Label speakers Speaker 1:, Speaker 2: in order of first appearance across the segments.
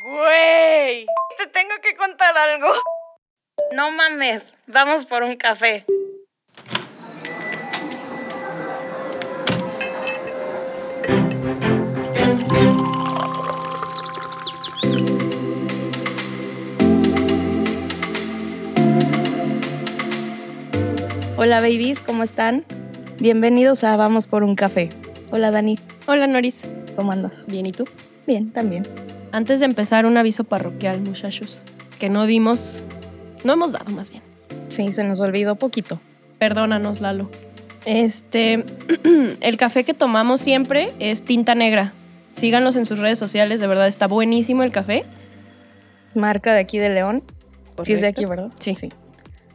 Speaker 1: Güey, te tengo que contar algo. No mames, vamos por un café.
Speaker 2: Hola babies, ¿cómo están? Bienvenidos a Vamos por un café. Hola Dani,
Speaker 3: Hola Noris,
Speaker 2: ¿cómo andas?
Speaker 3: bien, ¿y tú?
Speaker 2: Bien, también.
Speaker 3: Antes de empezar, un aviso parroquial, muchachos, que no dimos, no hemos dado más bien.
Speaker 2: Sí, se nos olvidó poquito.
Speaker 3: Perdónanos, Lalo. Este, el café que tomamos siempre es tinta negra. Síganos en sus redes sociales, de verdad está buenísimo el café.
Speaker 2: Es marca de aquí de León. Sí es de
Speaker 3: Correcto.
Speaker 2: aquí, ¿verdad?
Speaker 3: Sí.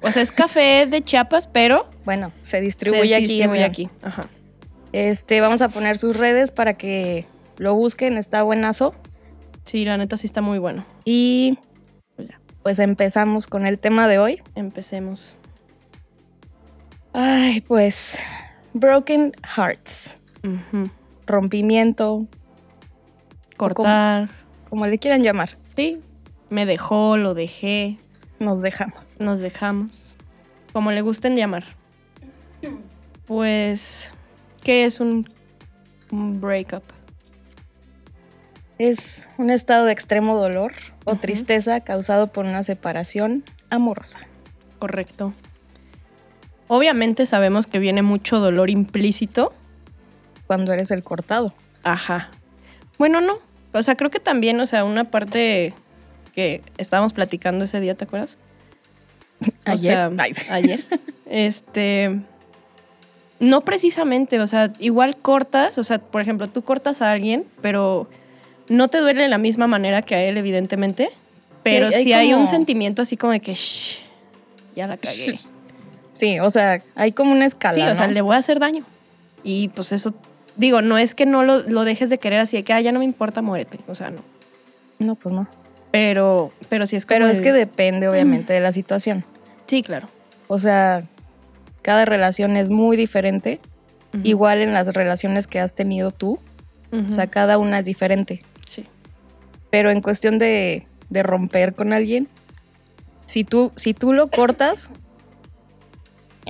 Speaker 3: O sea, es café de Chiapas, pero
Speaker 2: Bueno, se
Speaker 3: se
Speaker 2: distribuye aquí. en
Speaker 3: distribuye
Speaker 2: León.
Speaker 3: aquí. Ajá.
Speaker 2: Este, vamos a poner sus redes para que lo busquen, está buenazo.
Speaker 3: Sí, la neta sí está muy bueno.
Speaker 2: Y pues empezamos con el tema de hoy.
Speaker 3: Empecemos.
Speaker 2: Ay, pues Broken Hearts,
Speaker 3: Ujú.
Speaker 2: rompimiento,
Speaker 3: Cortar.
Speaker 2: como le quieran llamar.
Speaker 3: Sí. Me dejó, lo dejé.
Speaker 2: Nos dejamos.
Speaker 3: nos dejamos, como le gusten llamar. Pues, ¿qué es un, un breakup?
Speaker 2: Es un estado de extremo dolor o
Speaker 3: Ujú.
Speaker 2: tristeza causado por una separación amorosa.
Speaker 3: Correcto. Obviamente sabemos que viene mucho dolor implícito.
Speaker 2: Cuando eres el cortado.
Speaker 3: Ajá. Bueno, no. O sea, creo que también, o sea, una parte que estábamos platicando ese día, ¿te acuerdas? O sea,
Speaker 2: Ay,
Speaker 3: ayer. Este. No precisamente, o sea, igual cortas, o sea, por ejemplo, tú cortas a alguien, pero no te duele de la misma manera que a él, evidentemente. Pero
Speaker 2: Sí, hay
Speaker 3: sí hay
Speaker 2: como-
Speaker 3: un sentimiento así como de que, "Shh, ya la cagué.
Speaker 2: Sí, o sea, hay como una escala.
Speaker 3: sí, o sea,
Speaker 2: ¿no?
Speaker 3: le voy a hacer daño. Y pues eso, digo, no es que no lo, lo dejes de querer así de que, ah, ya no me importa, muérete. O sea, no.
Speaker 2: No, pues no.
Speaker 3: Pero, pero sí es como.
Speaker 2: Pero es
Speaker 3: el-
Speaker 2: que depende, obviamente, de la situación.
Speaker 3: Sí, claro.
Speaker 2: O sea, cada relación es muy diferente.
Speaker 3: Ujú.
Speaker 2: Igual en las relaciones que has tenido tú.
Speaker 3: Ujú.
Speaker 2: O sea, cada una es diferente.
Speaker 3: sí.
Speaker 2: Pero en cuestión de, de romper con alguien, si tú, si tú lo cortas,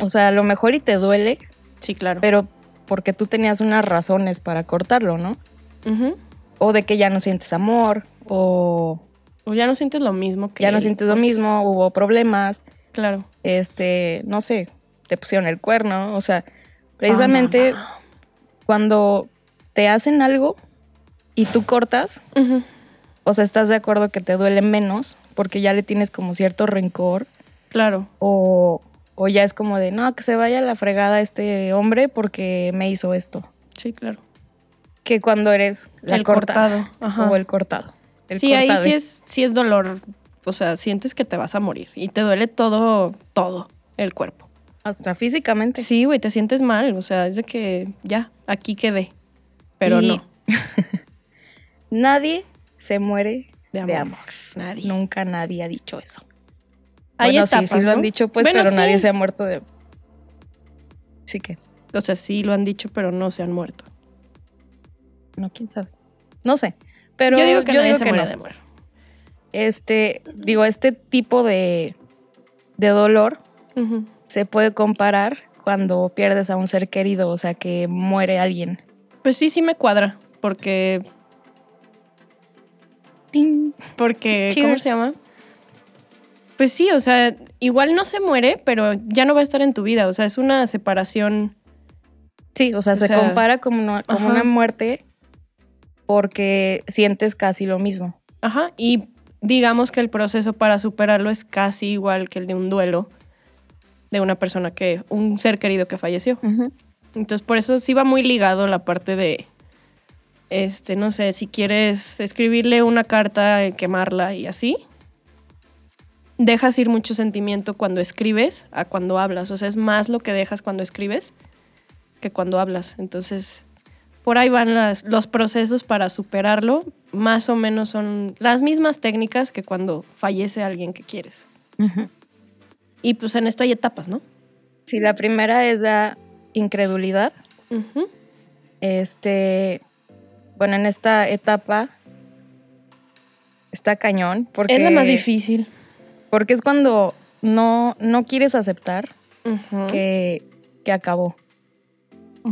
Speaker 2: o sea, a lo mejor y te duele,
Speaker 3: Sí, claro.
Speaker 2: pero porque tú tenías unas razones para cortarlo, ¿no?
Speaker 3: Ujú.
Speaker 2: O de que ya no sientes amor, o
Speaker 3: O ya no sientes lo mismo que
Speaker 2: ya no
Speaker 3: él,
Speaker 2: sientes lo
Speaker 3: pues,
Speaker 2: mismo, hubo problemas,
Speaker 3: Claro.
Speaker 2: este, no sé, te pusieron el cuerno, o sea,
Speaker 3: Ah,
Speaker 2: precisamente cuando te hacen algo y tú cortas,
Speaker 3: Ujú.
Speaker 2: o sea, estás de acuerdo que te duele menos porque ya le tienes como cierto rencor
Speaker 3: Claro.
Speaker 2: o, o ya es como de, no, que se vaya a la fregada este hombre porque me hizo esto.
Speaker 3: Sí, claro.
Speaker 2: Que cuando eres la
Speaker 3: El
Speaker 2: cortada
Speaker 3: cortado, ajá.
Speaker 2: o el cortado. el
Speaker 3: sí, ahí
Speaker 2: cortado.
Speaker 3: sí es, sí es dolor. O sea, sientes que te vas a morir y te duele todo, todo el cuerpo.
Speaker 2: Hasta físicamente.
Speaker 3: Sí, güey, te sientes mal. O sea, es de que ya, aquí quedé. Pero
Speaker 2: Y-
Speaker 3: no.
Speaker 2: Nadie se muere
Speaker 3: De
Speaker 2: de
Speaker 3: amor.
Speaker 2: amor.
Speaker 3: Nadie.
Speaker 2: Nunca nadie ha dicho eso.
Speaker 3: Hay
Speaker 2: bueno,
Speaker 3: etapas,
Speaker 2: sí, sí lo han
Speaker 3: ¿no?
Speaker 2: dicho, pues,
Speaker 3: Bueno,
Speaker 2: pero
Speaker 3: sí.
Speaker 2: nadie se ha muerto de... Sí que,
Speaker 3: O sea, sí lo han dicho, pero no se han muerto.
Speaker 2: no, quién sabe. No sé, pero
Speaker 3: yo digo que nadie se muere
Speaker 2: no.
Speaker 3: de amor.
Speaker 2: Este, digo, este tipo de, de dolor
Speaker 3: Ujú.
Speaker 2: se puede comparar cuando pierdes a un ser querido, o sea, que muere alguien.
Speaker 3: Pues sí, sí me cuadra. Porque.
Speaker 2: ¡Ting!
Speaker 3: Porque. ¿Cómo
Speaker 2: Cheers.
Speaker 3: se llama? Pues sí, o sea, igual no se muere, pero ya no va a estar en tu vida. O sea, es una separación.
Speaker 2: Sí, o sea,
Speaker 3: O
Speaker 2: se
Speaker 3: sea,
Speaker 2: compara como una, como
Speaker 3: ajá.
Speaker 2: una muerte porque sientes casi lo mismo.
Speaker 3: Ajá. Y digamos que el proceso para superarlo es casi igual que el de un duelo de una persona que. un ser querido que falleció. Entonces, por eso sí va muy ligado la parte de. Este, no sé, si quieres escribirle una carta, eh, quemarla y así. Dejas ir mucho sentimiento cuando escribes a cuando hablas. O sea, es más lo que dejas cuando escribes que cuando hablas. Entonces, por ahí van las- los procesos para superarlo. Más o menos son las mismas técnicas que cuando fallece alguien que quieres.
Speaker 2: Ujú.
Speaker 3: Y pues en esto hay etapas, ¿no?
Speaker 2: Sí, la primera es la incredulidad.
Speaker 3: Ujú.
Speaker 2: Este, bueno, en esta etapa está cañón. Porque,
Speaker 3: Es la más difícil.
Speaker 2: Porque es cuando no, no quieres aceptar que, que acabó.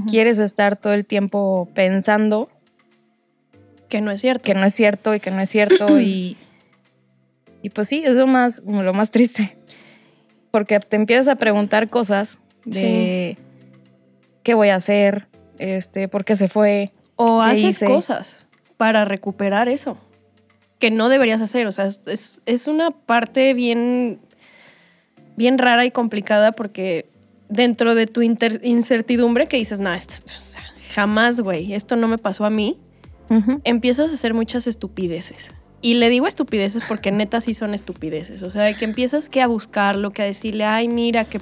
Speaker 2: Quieres estar todo el tiempo pensando
Speaker 3: Que no es cierto.
Speaker 2: que no es cierto y que no es cierto y, y pues sí, es lo más, lo más triste. Porque te empiezas a preguntar cosas de qué voy a hacer, este, por qué se fue.
Speaker 3: O
Speaker 2: ¿Qué
Speaker 3: haces
Speaker 2: hice?
Speaker 3: cosas para recuperar eso. Que no deberías hacer. O sea, es- es, es una parte bien, bien rara y complicada porque dentro de tu inter- incertidumbre que dices, nada, jamás, güey, esto no me pasó a mí, empiezas a hacer muchas estupideces. Y le digo estupideces porque neta sí son estupideces. O sea, de que empiezas que a buscarlo, que a decirle, ay, mira, que,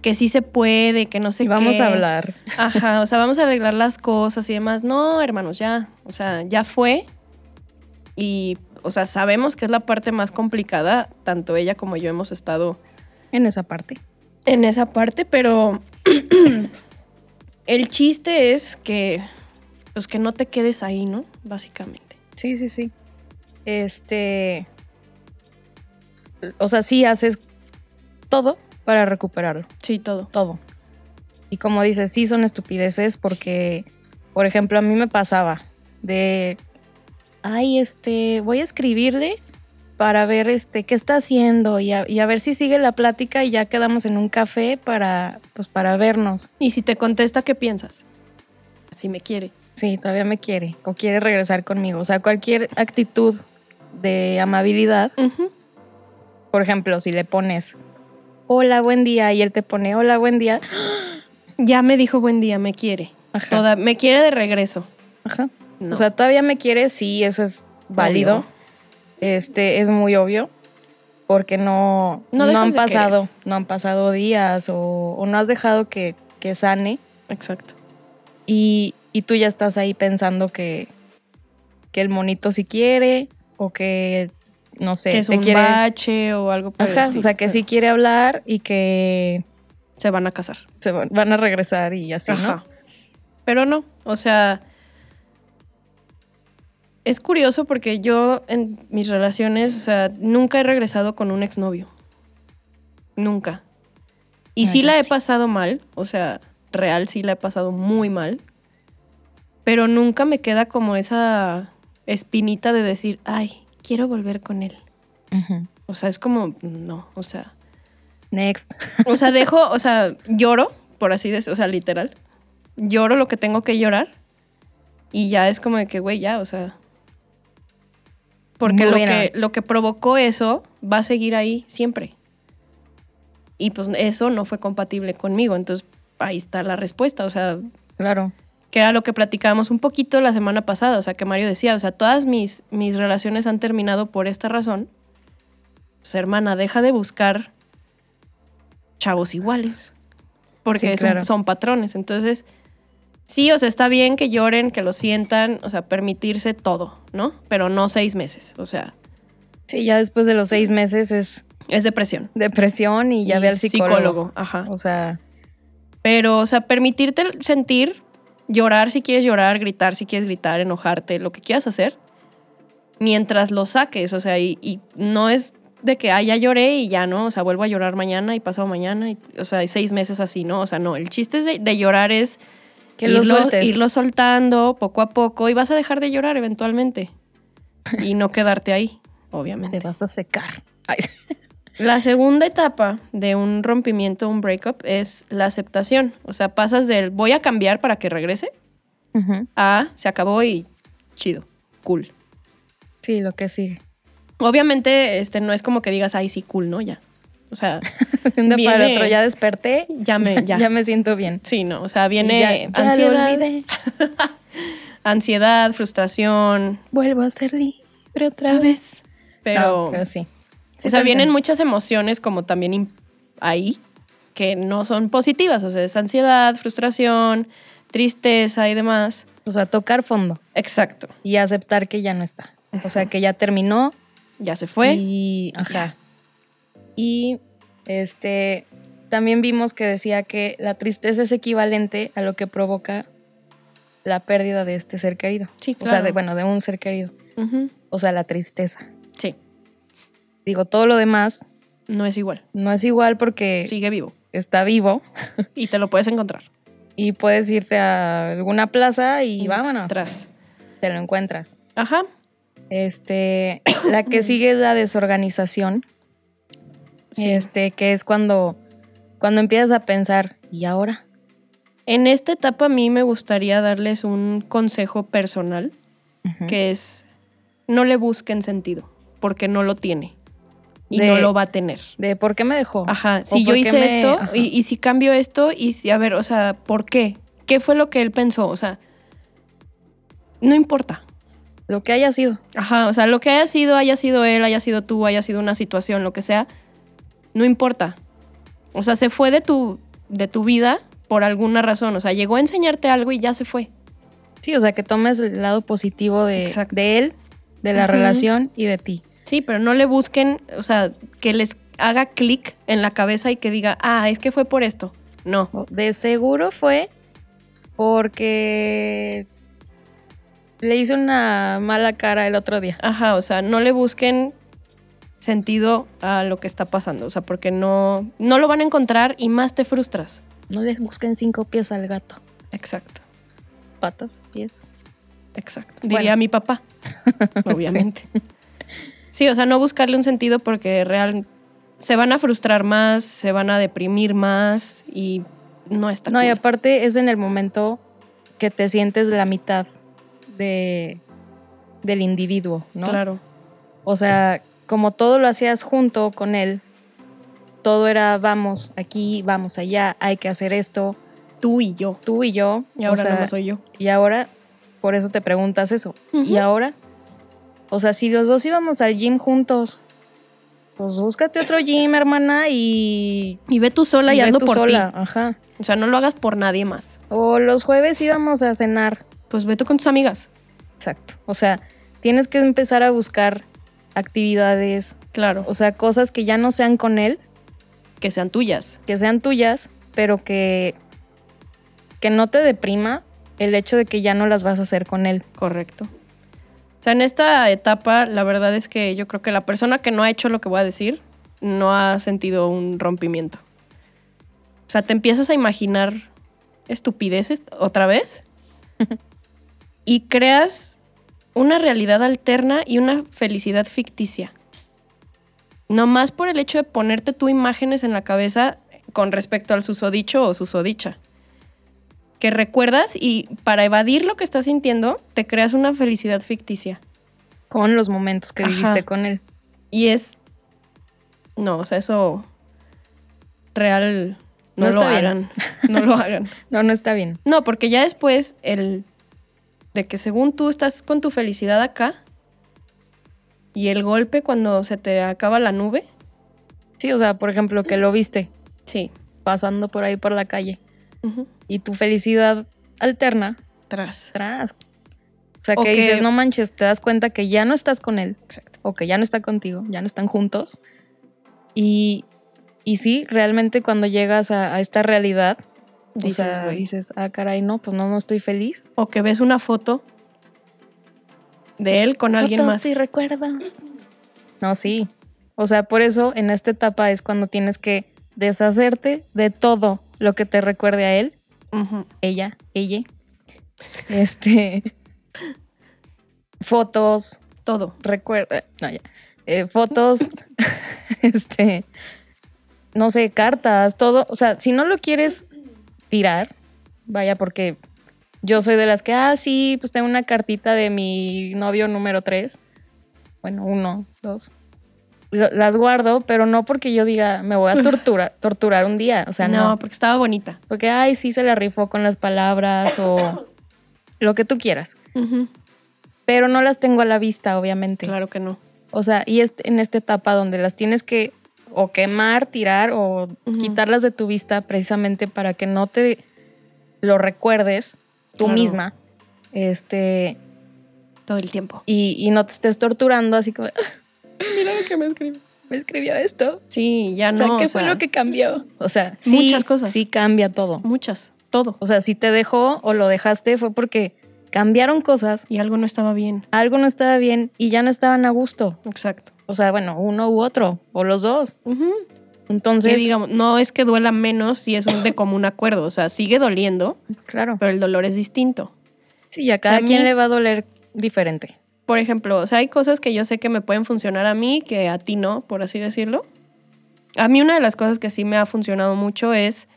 Speaker 3: que sí se puede, que no sé
Speaker 2: Y vamos
Speaker 3: qué".
Speaker 2: a hablar.
Speaker 3: Ajá, o sea, vamos a arreglar las cosas y demás. No, hermanos, ya. O sea, ya fue. Y, o sea, sabemos que es la parte más complicada. Tanto ella como yo hemos estado
Speaker 2: En esa parte.
Speaker 3: en esa parte, pero el chiste es que, pues que no te quedes ahí, ¿no? Básicamente.
Speaker 2: Sí, sí, sí. Este. O sea, sí haces todo para recuperarlo.
Speaker 3: Sí, todo.
Speaker 2: Todo. Y como dices, sí son estupideces porque, por ejemplo, a mí me pasaba de. Ay, este, voy a escribirle para ver este qué está haciendo y a, y a ver si sigue la plática y ya quedamos en un café para pues para vernos.
Speaker 3: Y si te contesta, ¿qué piensas? Si me quiere.
Speaker 2: Sí, todavía me quiere o quiere regresar conmigo. O sea, cualquier actitud de amabilidad
Speaker 3: Ujú.
Speaker 2: Por ejemplo, si le pones hola, buen día y él te pone hola, buen día.
Speaker 3: Ya me dijo buen día, me quiere.
Speaker 2: Ajá.
Speaker 3: Toda- me quiere de regreso.
Speaker 2: Ajá.
Speaker 3: No.
Speaker 2: O sea, todavía me quiere, sí, eso es válido.
Speaker 3: Obvio.
Speaker 2: Este es muy obvio porque no, no,
Speaker 3: No dejas
Speaker 2: han
Speaker 3: de
Speaker 2: pasado, no han pasado días o, o no has dejado que, que sane
Speaker 3: Exacto.
Speaker 2: y, y tú ya estás ahí pensando que, que el monito sí quiere o que no sé,
Speaker 3: que es
Speaker 2: te
Speaker 3: un
Speaker 2: quiere.
Speaker 3: bache o algo por el
Speaker 2: Ajá, o
Speaker 3: estilo.
Speaker 2: sea, que sí quiere hablar y que
Speaker 3: Se van a casar.
Speaker 2: se van van a regresar y así, ¿no?
Speaker 3: Ajá. Pero no, o sea, es curioso porque yo en mis relaciones, o sea, nunca he regresado con un exnovio. Nunca. Y
Speaker 2: Ah,
Speaker 3: sí
Speaker 2: yo
Speaker 3: la he
Speaker 2: sí.
Speaker 3: pasado mal, o sea, real sí la he pasado muy mal. Pero nunca me queda como esa espinita de decir, ay, quiero volver con él.
Speaker 2: Ujú.
Speaker 3: O sea, es como, no, o sea,
Speaker 2: Next.
Speaker 3: O sea, dejo, o sea, lloro, por así decirlo, o sea, literal. Lloro lo que tengo que llorar. Y ya es como de que, güey, ya, o sea.
Speaker 2: Muy
Speaker 3: Porque lo
Speaker 2: buena.
Speaker 3: que, lo que provocó eso va a seguir ahí siempre. Y pues eso no fue compatible conmigo. Entonces ahí está la respuesta. O sea,
Speaker 2: Claro.
Speaker 3: que era lo que platicábamos un poquito la semana pasada, o sea, que Mario decía, o sea, todas mis, mis relaciones han terminado por esta razón. Pues, hermana, deja de buscar chavos iguales, porque
Speaker 2: Sí,
Speaker 3: es un-
Speaker 2: claro.
Speaker 3: son patrones. Entonces, sí, o sea, está bien que lloren, que lo sientan, o sea, permitirse todo, ¿no? Pero no seis meses, o sea,
Speaker 2: Sí, ya después de los seis meses es
Speaker 3: es depresión.
Speaker 2: depresión y ya
Speaker 3: Y
Speaker 2: ve al psicólogo.
Speaker 3: Ajá.
Speaker 2: O sea,
Speaker 3: Pero, o sea, permitirte el- sentir, llorar si quieres llorar, gritar si quieres gritar, enojarte, lo que quieras hacer, mientras lo saques, o sea, y, y no es de que, ah, ya lloré y ya no, o sea, vuelvo a llorar mañana y pasado mañana, y- o sea, y seis meses así, ¿no? O sea, no, el chiste es de, de llorar es
Speaker 2: que lo
Speaker 3: irlo-
Speaker 2: sueltes.
Speaker 3: irlo soltando poco a poco y vas a dejar de llorar eventualmente y no quedarte ahí,
Speaker 2: Te
Speaker 3: obviamente.
Speaker 2: vas a secar. Ay,
Speaker 3: La segunda etapa de un rompimiento, un breakup, es la aceptación. O sea, pasas del voy a cambiar para que regrese
Speaker 2: ujú.
Speaker 3: a se acabó y chido, cool.
Speaker 2: Sí, lo que sigue.
Speaker 3: Obviamente, este no es como que digas, ay, sí, cool, ¿no? Ya. O sea,
Speaker 2: De un día para el
Speaker 3: Viene-
Speaker 2: otro ya desperté.
Speaker 3: ya me, ya.
Speaker 2: me siento bien.
Speaker 3: Sí, no, o sea,
Speaker 2: Ya-
Speaker 3: viene
Speaker 2: ya, lo
Speaker 3: ansiedad,
Speaker 2: olvidé.
Speaker 3: ansiedad, frustración,
Speaker 2: Vuelvo a ser libre otra
Speaker 3: otra
Speaker 2: vez.
Speaker 3: vez. Pero,
Speaker 2: No, pero Ah, sí. Sí
Speaker 3: o sea,
Speaker 2: te
Speaker 3: vienen
Speaker 2: entiendo.
Speaker 3: muchas emociones como también im- ahí que no son positivas, o sea, es ansiedad, frustración, tristeza y demás.
Speaker 2: O sea, tocar fondo
Speaker 3: Exacto.
Speaker 2: y aceptar que ya no está. O sea, que ya terminó,
Speaker 3: Ya se fue.
Speaker 2: Y, ajá. Y este también vimos que decía que la tristeza es equivalente a lo que provoca la pérdida de este ser querido.
Speaker 3: Sí,
Speaker 2: O sea,
Speaker 3: claro.
Speaker 2: de, bueno, de un ser querido.
Speaker 3: Ujú.
Speaker 2: o sea, la tristeza.
Speaker 3: Sí,
Speaker 2: Digo, todo lo demás
Speaker 3: no es igual.
Speaker 2: no es igual porque
Speaker 3: Sigue vivo
Speaker 2: está vivo
Speaker 3: y te lo puedes encontrar.
Speaker 2: y puedes irte a alguna plaza y
Speaker 3: Mm,
Speaker 2: vámonos.
Speaker 3: Atrás.
Speaker 2: Te lo encuentras.
Speaker 3: Ajá.
Speaker 2: Este, la que sigue es la desorganización.
Speaker 3: Sí.
Speaker 2: Este, que es cuando, cuando empiezas a pensar, ¿y ahora?
Speaker 3: En esta etapa a mí me gustaría darles un consejo personal, que es no le busquen sentido, porque no lo tiene y
Speaker 2: De-
Speaker 3: no lo va a tener.
Speaker 2: De por qué me dejó.
Speaker 3: Ajá,
Speaker 2: ¿O
Speaker 3: si yo
Speaker 2: por qué
Speaker 3: hice
Speaker 2: me-
Speaker 3: esto
Speaker 2: Ajá.
Speaker 3: y, y si cambio esto y si, a ver, o sea, ¿por qué? ¿Qué fue lo que él pensó? O sea, no importa.
Speaker 2: lo que haya sido.
Speaker 3: Ajá, o sea, lo que haya sido, haya sido él, haya sido tú, haya sido una situación, lo que sea, no importa. O sea, se fue de tu, de tu vida por alguna razón. O sea, llegó a enseñarte algo y ya se fue.
Speaker 2: Sí, o sea, que tomes el lado positivo de,
Speaker 3: Exacto.
Speaker 2: de él, de la
Speaker 3: Ujú.
Speaker 2: relación y de ti.
Speaker 3: Sí, pero no le busquen, o sea, que les haga clic en la cabeza y que diga, ah, es que fue por esto. No.
Speaker 2: De seguro fue porque le hice una mala cara el otro día.
Speaker 3: Ajá, o sea, no le busquen sentido a lo que está pasando, o sea, porque no, no lo van a encontrar y más te frustras.
Speaker 2: No les busquen cinco pies al gato.
Speaker 3: Exacto,
Speaker 2: Patas, pies.
Speaker 3: exacto.
Speaker 2: Bueno.
Speaker 3: Diría mi papá, obviamente. Sí. o sea, no buscarle un sentido porque real se van a frustrar más, se van a deprimir más y no está
Speaker 2: No, y
Speaker 3: cool.
Speaker 2: aparte es en el momento que te sientes la mitad de, del individuo, ¿no?
Speaker 3: Claro.
Speaker 2: O sea, como todo lo hacías junto con él, todo era vamos aquí, vamos allá, hay que hacer esto,
Speaker 3: Tú y yo.
Speaker 2: tú y yo.
Speaker 3: Y
Speaker 2: o
Speaker 3: ahora
Speaker 2: sea,
Speaker 3: no soy yo.
Speaker 2: Y ahora, por eso te preguntas eso.
Speaker 3: Ujú.
Speaker 2: ¿Y ahora? O sea, si los dos íbamos al gym juntos, pues búscate otro gym, hermana, y.
Speaker 3: Y ve tú sola y,
Speaker 2: ve
Speaker 3: hazlo
Speaker 2: tú
Speaker 3: por ti.
Speaker 2: sola. Ajá.
Speaker 3: O sea, no lo hagas por nadie más.
Speaker 2: O los jueves íbamos a cenar.
Speaker 3: Pues ve tú con tus amigas.
Speaker 2: Exacto. O sea, tienes que empezar a buscar actividades,
Speaker 3: Claro.
Speaker 2: o sea, cosas que ya no sean con él,
Speaker 3: Que sean tuyas.
Speaker 2: que sean tuyas, pero que, que no te deprima el hecho de que ya no las vas a hacer con él.
Speaker 3: Correcto. O sea, en esta etapa, la verdad es que yo creo que la persona que no ha hecho lo que voy a decir no ha sentido un rompimiento. O sea, te empiezas a imaginar estupideces otra vez y creas una realidad alterna y una felicidad ficticia. Nomás por el hecho de ponerte tú imágenes en la cabeza con respecto al susodicho o susodicha que recuerdas y para evadir lo que estás sintiendo, te creas una felicidad ficticia.
Speaker 2: Con los momentos que
Speaker 3: Ajá.
Speaker 2: viviste con él.
Speaker 3: Y es. No, o sea, eso. Real. No,
Speaker 2: No
Speaker 3: lo
Speaker 2: está bien.
Speaker 3: hagan. No lo hagan.
Speaker 2: No, no está bien.
Speaker 3: No, porque ya después, el. De que según tú estás con tu felicidad acá. Y el golpe cuando se te acaba la nube.
Speaker 2: Sí, o sea, por ejemplo, que lo viste
Speaker 3: Sí.
Speaker 2: pasando por ahí por la calle
Speaker 3: Ujú.
Speaker 2: y tu felicidad alterna,
Speaker 3: Tras.
Speaker 2: tras. O sea,
Speaker 3: O
Speaker 2: que
Speaker 3: que-
Speaker 2: dices, no manches, te das cuenta que ya no estás con él.
Speaker 3: Exacto.
Speaker 2: o que ya no está contigo, ya no están juntos. Y, y sí, realmente cuando llegas a, a esta realidad,
Speaker 3: Dices,
Speaker 2: o sea,
Speaker 3: güey.
Speaker 2: dices, ah, caray, no, pues no, no estoy feliz.
Speaker 3: O que ves una foto. De él con alguien
Speaker 2: Fotos
Speaker 3: más.
Speaker 2: y recuerdas. No, sí. O sea, por eso en esta etapa es cuando tienes que deshacerte de todo lo que te recuerde a él,
Speaker 3: Ujú.
Speaker 2: ella, ella. Este. fotos,
Speaker 3: Todo.
Speaker 2: recuerda, no ya, Eh, fotos, este, no sé, cartas, todo, o sea, si no lo quieres tirar, vaya, porque yo soy de las que, ah, sí, pues tengo una cartita de mi novio número 3, bueno, uno, dos, Lo- las guardo, pero no porque yo diga, me voy a tortura, torturar un día, o sea,
Speaker 3: no,
Speaker 2: no,
Speaker 3: porque estaba bonita.
Speaker 2: porque, ay, sí, se la rifó con las palabras o lo que tú quieras.
Speaker 3: Ujú.
Speaker 2: Pero no las tengo a la vista, obviamente.
Speaker 3: Claro que no.
Speaker 2: O sea, y es en esta etapa donde las tienes que o quemar, tirar o
Speaker 3: Ujú.
Speaker 2: quitarlas de tu vista precisamente para que no te lo recuerdes tú
Speaker 3: Claro.
Speaker 2: misma. Este,
Speaker 3: Todo el tiempo.
Speaker 2: y, y no te estés torturando así como, "Ah,
Speaker 3: Mira lo que me escribe.
Speaker 2: me escribió esto.
Speaker 3: Sí, ya
Speaker 2: O
Speaker 3: Ah, no.
Speaker 2: sea, ¿qué
Speaker 3: o
Speaker 2: fue
Speaker 3: sea,
Speaker 2: lo que cambió? O sea, sí,
Speaker 3: Muchas cosas.
Speaker 2: Sí cambia todo.
Speaker 3: Muchas, todo.
Speaker 2: O sea, si te dejó o lo dejaste fue porque cambiaron cosas,
Speaker 3: Y algo no estaba bien.
Speaker 2: algo no estaba bien y ya no estaban a gusto.
Speaker 3: Exacto.
Speaker 2: O sea, bueno, uno u otro, o los dos.
Speaker 3: Sí,
Speaker 2: Entonces,
Speaker 3: digamos, no es que duela menos si es un de común acuerdo. O sea, sigue doliendo,
Speaker 2: claro.
Speaker 3: pero el dolor es distinto.
Speaker 2: Sí, y a cada
Speaker 3: a mí-
Speaker 2: quien le va a doler diferente.
Speaker 3: Por ejemplo, o sea, hay cosas que yo sé que me pueden funcionar a mí, que a ti no, por así decirlo. A mí una de las cosas que sí me ha funcionado mucho es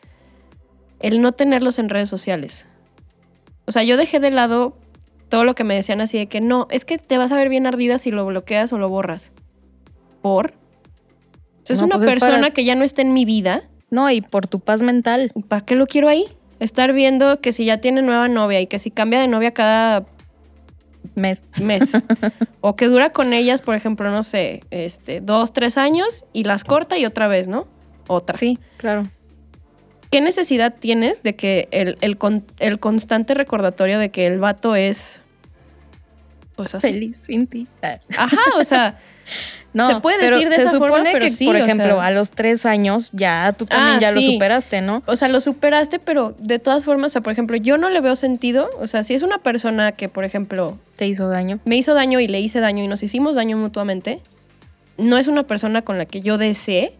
Speaker 3: el no tenerlos en redes sociales. O sea, yo dejé de lado todo lo que me decían así de que no, es que te vas a ver bien ardida si lo bloqueas o lo borras. ¿Por? O sea, es
Speaker 2: No,
Speaker 3: una
Speaker 2: pues es
Speaker 3: persona
Speaker 2: para-
Speaker 3: que ya no está en mi vida.
Speaker 2: No, y por tu paz mental.
Speaker 3: ¿Para qué lo quiero ahí? Estar viendo que si ya tiene nueva novia y que si cambia de novia cada
Speaker 2: Mes.
Speaker 3: mes. o que dura con ellas, por ejemplo, no sé, este, dos, tres años y las corta y otra vez, ¿no? Otra.
Speaker 2: Sí, claro.
Speaker 3: ¿Qué necesidad tienes de que el, el con- el constante recordatorio de que el vato es. Pues así.
Speaker 2: Feliz sin ti.
Speaker 3: Ajá, o sea,
Speaker 2: No,
Speaker 3: Ah. Se puede
Speaker 2: pero
Speaker 3: decir de
Speaker 2: se
Speaker 3: esa
Speaker 2: supone
Speaker 3: forma, pero
Speaker 2: que,
Speaker 3: sí,
Speaker 2: por
Speaker 3: o
Speaker 2: ejemplo,
Speaker 3: sea.
Speaker 2: a los tres años ya tú también
Speaker 3: Ah,
Speaker 2: ya lo
Speaker 3: sí.
Speaker 2: superaste, ¿no?
Speaker 3: o sea, lo superaste, pero de todas formas, o sea, por ejemplo, yo no le veo sentido. O sea, si es una persona que, por ejemplo,
Speaker 2: Te hizo daño.
Speaker 3: me hizo daño y le hice daño y nos hicimos daño mutuamente, no es una persona con la que yo desee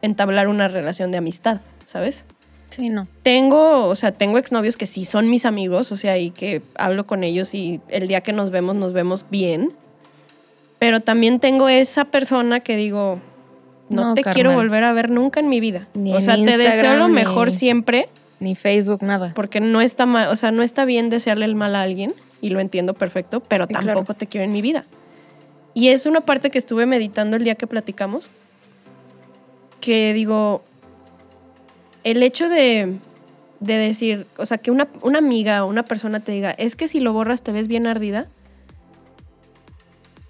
Speaker 3: entablar una relación de amistad, ¿sabes?
Speaker 2: Sí, no.
Speaker 3: Tengo, o sea, tengo exnovios que sí son mis amigos, o sea, y que hablo con ellos y el día que nos vemos nos vemos bien. Pero también tengo esa persona que digo, no,
Speaker 2: No,
Speaker 3: te
Speaker 2: carnal.
Speaker 3: quiero volver a ver nunca en mi vida.
Speaker 2: Ni
Speaker 3: o
Speaker 2: en
Speaker 3: sea, te deseo
Speaker 2: Instagram,
Speaker 3: lo
Speaker 2: ni-
Speaker 3: mejor siempre,
Speaker 2: Ni Facebook, nada.
Speaker 3: porque no está mal, o sea, no está bien desearle el mal a alguien y lo entiendo perfecto, pero
Speaker 2: Sí,
Speaker 3: tampoco te quiero en mi vida. Y es una parte que estuve meditando el día que platicamos, que digo, el hecho de, de decir, o sea, que una, una amiga o una persona te diga, es que si lo borras te ves bien ardida,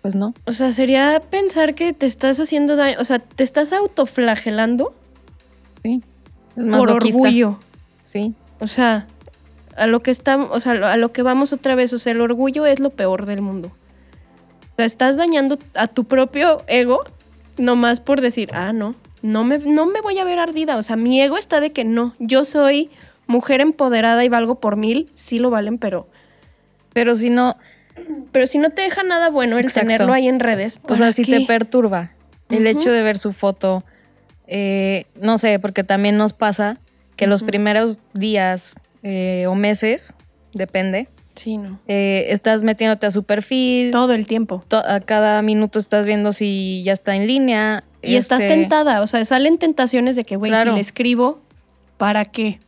Speaker 2: Pues no.
Speaker 3: o sea, sería pensar que te estás haciendo daño, o sea, te estás autoflagelando
Speaker 2: Sí. Es
Speaker 3: por
Speaker 2: masoquista.
Speaker 3: orgullo.
Speaker 2: Sí.
Speaker 3: O sea, a lo que estamos, o sea, a lo que vamos otra vez, o sea, el orgullo es lo peor del mundo. O sea, estás dañando a tu propio ego nomás por decir, ah, no, no me, no me voy a ver ardida. O sea, mi ego está de que no, yo soy mujer empoderada y valgo por mil, sí lo valen, pero,
Speaker 2: Pero si no,
Speaker 3: pero si no te deja nada bueno el
Speaker 2: Exacto.
Speaker 3: tenerlo ahí en redes,
Speaker 2: o
Speaker 3: pues
Speaker 2: sea, si te perturba el
Speaker 3: Ujú.
Speaker 2: hecho de ver su foto, eh, no sé, porque también nos pasa que los
Speaker 3: Ujú.
Speaker 2: primeros días eh, o meses, depende,
Speaker 3: Sí, no.
Speaker 2: eh, estás metiéndote a su perfil,
Speaker 3: Todo el tiempo.
Speaker 2: to- a cada minuto estás viendo si ya está en línea.
Speaker 3: Y estás
Speaker 2: este,
Speaker 3: tentada, o sea, salen tentaciones de que, güey,
Speaker 2: Claro.
Speaker 3: si le escribo, ¿para qué?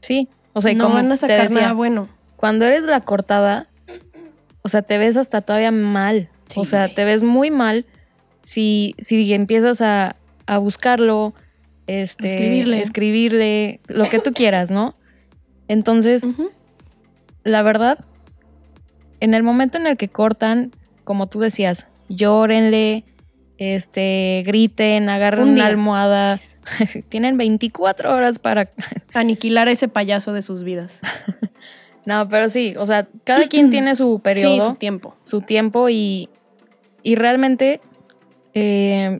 Speaker 2: Sí, o sea, y
Speaker 3: no
Speaker 2: como
Speaker 3: van a
Speaker 2: te
Speaker 3: sacar
Speaker 2: decía,
Speaker 3: nada bueno.
Speaker 2: cuando eres la cortada, o sea, te ves hasta todavía mal.
Speaker 3: Sí,
Speaker 2: o sea,
Speaker 3: güey.
Speaker 2: te ves muy mal si, si empiezas a, a buscarlo, este,
Speaker 3: Escribirle.
Speaker 2: escribirle, lo que tú quieras, ¿no? Entonces,
Speaker 3: Ujú.
Speaker 2: la verdad, en el momento en el que cortan, como tú decías, llórenle, este, griten, agarren
Speaker 3: Un
Speaker 2: una
Speaker 3: día.
Speaker 2: almohada. Tienen 24 horas para
Speaker 3: aniquilar a ese payaso de sus vidas.
Speaker 2: No, pero sí, o sea, cada quien tiene su periodo,
Speaker 3: Sí, su
Speaker 2: su,
Speaker 3: tiempo.
Speaker 2: tiempo y, y realmente eh,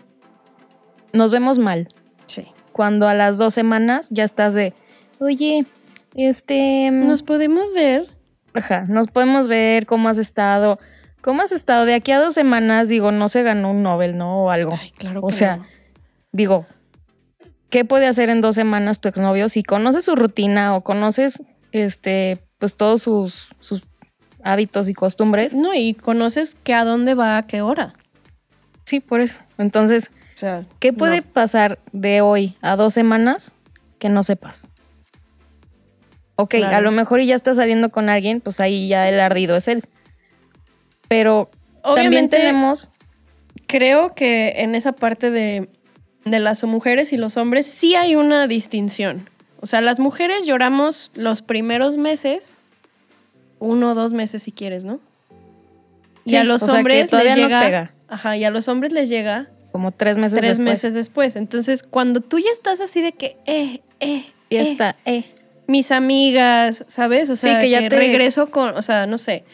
Speaker 2: nos vemos mal.
Speaker 3: Sí.
Speaker 2: Cuando a las dos semanas ya estás de, oye, este,
Speaker 3: Nos podemos ver.
Speaker 2: ajá, nos podemos ver cómo has estado, cómo has estado. De aquí a dos semanas, digo, no se ganó un Nobel, ¿no? O algo.
Speaker 3: Ay, claro.
Speaker 2: O
Speaker 3: que
Speaker 2: sea,
Speaker 3: no.
Speaker 2: Digo, ¿qué puede hacer en dos semanas tu exnovio si conoces su rutina o conoces este, pues todos sus, sus hábitos y costumbres?
Speaker 3: no y conoces que a dónde va, a qué hora.
Speaker 2: Sí, por eso. Entonces,
Speaker 3: O sea,
Speaker 2: ¿qué puede
Speaker 3: no.
Speaker 2: pasar de hoy a dos semanas que no sepas? Ok,
Speaker 3: Claro.
Speaker 2: a lo mejor y ya está saliendo con alguien, pues ahí ya el ardido es él. Pero también
Speaker 3: Obviamente,
Speaker 2: tenemos.
Speaker 3: creo que en esa parte de, de las mujeres y los hombres sí hay una distinción. O sea, las mujeres lloramos los primeros meses, uno o dos meses si quieres, ¿no? y
Speaker 2: Sí,
Speaker 3: a los
Speaker 2: o sea, que
Speaker 3: hombres les
Speaker 2: todavía nos
Speaker 3: llega,
Speaker 2: pega.
Speaker 3: ajá, y a los hombres les llega
Speaker 2: Como tres meses
Speaker 3: tres
Speaker 2: después.
Speaker 3: meses después. Entonces, cuando tú ya estás así de que, eh, eh,
Speaker 2: Y
Speaker 3: eh,
Speaker 2: está, eh.
Speaker 3: mis amigas, ¿sabes? O
Speaker 2: Sí,
Speaker 3: sea,
Speaker 2: que
Speaker 3: que,
Speaker 2: ya te-
Speaker 3: regreso con, o sea, no sé,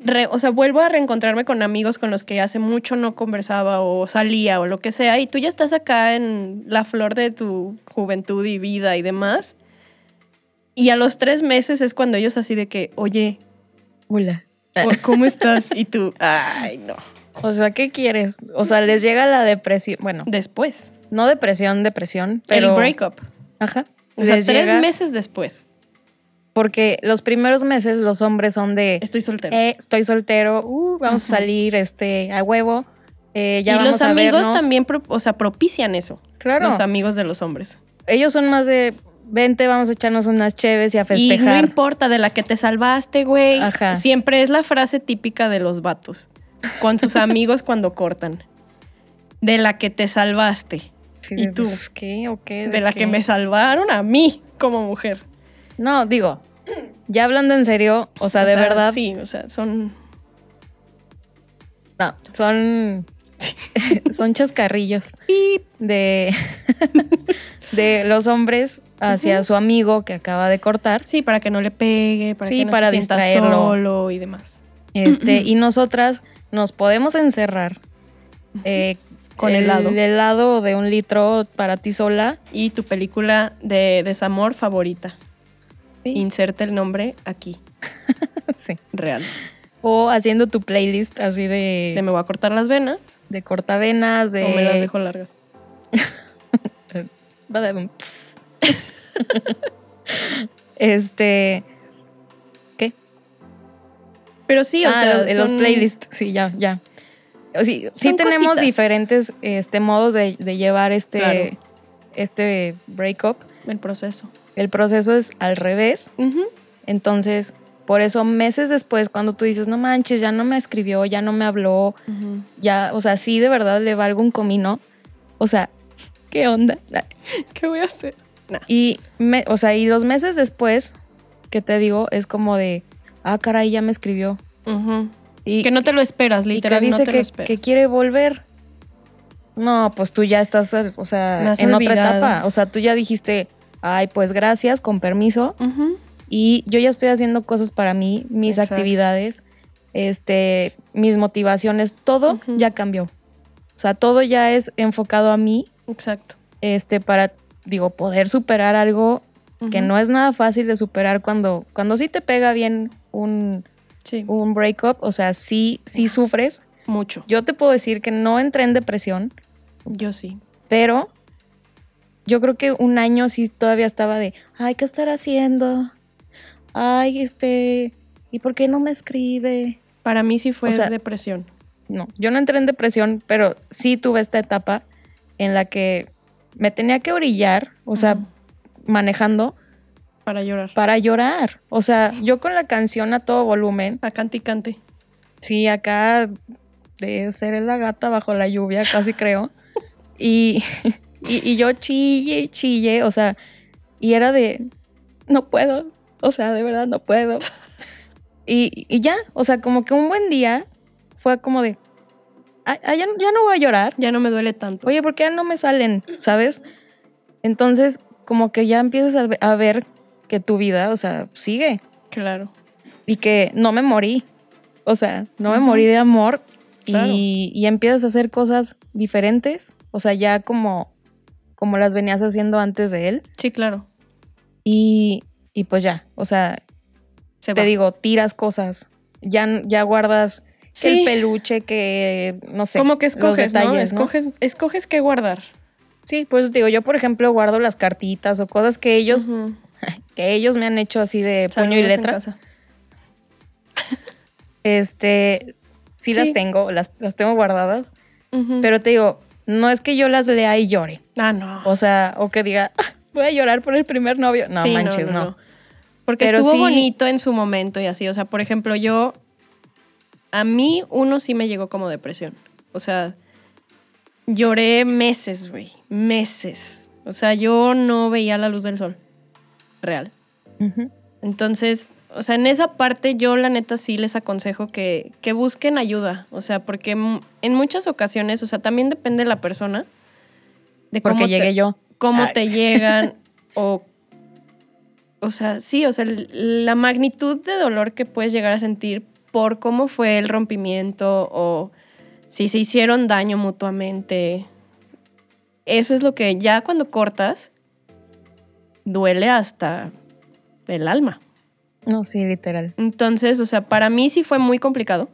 Speaker 3: re- o sea, vuelvo a reencontrarme con amigos con los que hace mucho no conversaba o salía o lo que sea, y tú ya estás acá en la flor de tu juventud y vida y demás. Y a los tres meses es cuando ellos así de que, oye,
Speaker 2: Hola.
Speaker 3: Por cómo estás y tú, ay, no.
Speaker 2: O sea, ¿qué quieres? O sea, les llega la depresión. Bueno,
Speaker 3: Después,
Speaker 2: no depresión, depresión, pero.
Speaker 3: el breakup.
Speaker 2: Ajá.
Speaker 3: O sea,
Speaker 2: Les
Speaker 3: tres
Speaker 2: llega-
Speaker 3: meses después,
Speaker 2: Porque los primeros meses los hombres son de.
Speaker 3: estoy soltero.
Speaker 2: eh, estoy soltero, uh, vamos a salir este, a huevo. eh, ya
Speaker 3: y
Speaker 2: vamos
Speaker 3: los
Speaker 2: a
Speaker 3: amigos
Speaker 2: vernos.
Speaker 3: también, pro- o sea, propician eso.
Speaker 2: Claro.
Speaker 3: Los amigos de los hombres.
Speaker 2: Ellos son más de. Vente, vamos a echarnos unas cheves y a
Speaker 3: Y no
Speaker 2: festejar.
Speaker 3: importa de la que te salvaste, güey.
Speaker 2: Ajá.
Speaker 3: Siempre es la frase típica de los vatos. Con sus amigos cuando cortan. De la que te salvaste.
Speaker 2: Sí,
Speaker 3: ¿Y
Speaker 2: de,
Speaker 3: tú?
Speaker 2: pues, ¿Qué o qué?
Speaker 3: De, la
Speaker 2: qué?
Speaker 3: que me salvaron a mí como mujer.
Speaker 2: No, digo, ya hablando en serio, o sea,
Speaker 3: O
Speaker 2: de
Speaker 3: sea,
Speaker 2: verdad,
Speaker 3: Sí, o sea, son.
Speaker 2: no, son. son chascarrillos de. de los hombres hacia su amigo que acaba de cortar.
Speaker 3: Sí, para que no le pegue, para
Speaker 2: Sí,
Speaker 3: que no
Speaker 2: para
Speaker 3: se sienta
Speaker 2: distraerlo.
Speaker 3: solo y demás.
Speaker 2: Este, y nosotras nos podemos encerrar eh,
Speaker 3: Con helado.
Speaker 2: El helado de un litro para ti sola.
Speaker 3: Y tu película de desamor favorita.
Speaker 2: Sí.
Speaker 3: Inserta el nombre aquí.
Speaker 2: Sí.
Speaker 3: Real.
Speaker 2: O haciendo tu playlist así
Speaker 3: Te
Speaker 2: de,
Speaker 3: me voy a cortar las venas
Speaker 2: de cortavenas, de.
Speaker 3: o me las dejo largas.
Speaker 2: Badabum. este. ¿Qué?
Speaker 3: Pero sí, o
Speaker 2: Ah,
Speaker 3: sea,
Speaker 2: los, los
Speaker 3: son-
Speaker 2: playlists. Sí, ya, ya. O Sí, sí
Speaker 3: Son
Speaker 2: tenemos
Speaker 3: cositas.
Speaker 2: diferentes este, modos de, de llevar este,
Speaker 3: Claro.
Speaker 2: este breakup.
Speaker 3: El proceso.
Speaker 2: El proceso es al revés. Entonces, por eso meses después, cuando tú dices, no manches, ya no me escribió, ya no me habló, ya, o sea, sí de verdad le valgo un comino. O sea, ¿qué onda?
Speaker 3: ¿Qué voy a hacer? Nah.
Speaker 2: Y, me- o sea, y los meses después, que te digo, es como de, ah, caray, ya me escribió. Y
Speaker 3: que no te lo esperas,
Speaker 2: y que
Speaker 3: literal,
Speaker 2: dice
Speaker 3: no te
Speaker 2: que,
Speaker 3: lo
Speaker 2: que
Speaker 3: esperas.
Speaker 2: quiere volver. No, pues tú ya estás, o
Speaker 3: Me
Speaker 2: sea,
Speaker 3: has
Speaker 2: en otra
Speaker 3: olvidado.
Speaker 2: etapa. O sea, tú ya dijiste, ay, pues gracias, con permiso.
Speaker 3: Ujú.
Speaker 2: y yo ya estoy haciendo cosas para mí, mis
Speaker 3: Exacto.
Speaker 2: actividades, este, mis motivaciones, todo
Speaker 3: Ujú.
Speaker 2: ya cambió. O sea, todo ya es enfocado a mí,
Speaker 3: Exacto.
Speaker 2: este, para, digo, poder superar algo que
Speaker 3: Ujú.
Speaker 2: no es nada fácil de superar cuando, cuando sí te pega bien un,
Speaker 3: Sí,
Speaker 2: un breakup, o sea, sí, sí sufres.
Speaker 3: mucho.
Speaker 2: Yo te puedo decir que no entré en depresión,
Speaker 3: Yo sí.
Speaker 2: pero yo creo que un año sí todavía estaba de, ay, ¿qué estar haciendo? Ay, este, ¿y por qué no me escribe?
Speaker 3: Para mí sí fue
Speaker 2: O sea-
Speaker 3: depresión.
Speaker 2: No, yo no entré en depresión, pero sí tuve esta etapa en la que me tenía que orillar, o sea,
Speaker 3: Ujú.
Speaker 2: manejando
Speaker 3: Para llorar.
Speaker 2: para llorar. O sea, yo con la canción a todo volumen,
Speaker 3: a cante y cante.
Speaker 2: sí, acá de ser la gata bajo la lluvia, casi creo. Y, y, y yo chille y chille, o sea, y era de, no puedo, o sea, de verdad no puedo. Y, y ya, o sea, como que un buen día fue como de, "Ah, ah, ya, no- ya no voy a llorar.
Speaker 3: Ya no me duele tanto.
Speaker 2: Oye, ¿por qué ya no me salen? ¿Sabes? Entonces, como que ya empiezas a ve- a ver que tu vida, o sea, sigue
Speaker 3: Claro.
Speaker 2: y que no me morí. O sea, no me morí de amor y,
Speaker 3: Claro.
Speaker 2: y empiezas a hacer cosas diferentes. O sea, ya como, como las venías haciendo antes de él.
Speaker 3: Sí, claro.
Speaker 2: Y, y pues ya, o sea,
Speaker 3: Se
Speaker 2: te
Speaker 3: va.
Speaker 2: digo, tiras cosas. Ya, ya guardas que
Speaker 3: Sí.
Speaker 2: el peluche, que no sé.
Speaker 3: Como que
Speaker 2: los
Speaker 3: escoges, ¿no?
Speaker 2: detalles,
Speaker 3: Escoges, escoges qué guardar.
Speaker 2: Sí, pues digo, yo por ejemplo guardo las cartitas o cosas que ellos,
Speaker 3: Ujú.
Speaker 2: que ellos me han hecho así de puño
Speaker 3: Saludos
Speaker 2: y
Speaker 3: en
Speaker 2: letra.
Speaker 3: casa.
Speaker 2: Este, sí,
Speaker 3: Sí.
Speaker 2: las tengo, las, las tengo guardadas.
Speaker 3: Ujú.
Speaker 2: Pero te digo, no es que yo las lea y llore.
Speaker 3: Ah, no.
Speaker 2: O sea, o que diga, "Ah, voy a llorar por el primer novio. No
Speaker 3: Sí,
Speaker 2: manches, no.
Speaker 3: Porque
Speaker 2: Pero
Speaker 3: estuvo
Speaker 2: sí-
Speaker 3: bonito en su momento y así. O sea, por ejemplo, yo. A mí, uno sí me llegó como depresión. O sea, lloré meses, güey. Meses. O sea, yo no veía la luz del sol. Real.
Speaker 2: Ujú.
Speaker 3: Entonces, o sea, en esa parte yo la neta sí les aconsejo que, que busquen ayuda, o sea, porque m- en muchas ocasiones, o sea, también depende de la persona, de
Speaker 2: Porque
Speaker 3: cómo,
Speaker 2: llegué
Speaker 3: te,
Speaker 2: yo.
Speaker 3: cómo
Speaker 2: Ay.
Speaker 3: te llegan o... O sea, sí, o sea, l- la magnitud de dolor que puedes llegar a sentir por cómo fue el rompimiento o si se hicieron daño mutuamente. Eso es lo que ya cuando cortas duele hasta el alma.
Speaker 2: No, sí, literal.
Speaker 3: Entonces, o sea, para mí sí fue muy complicado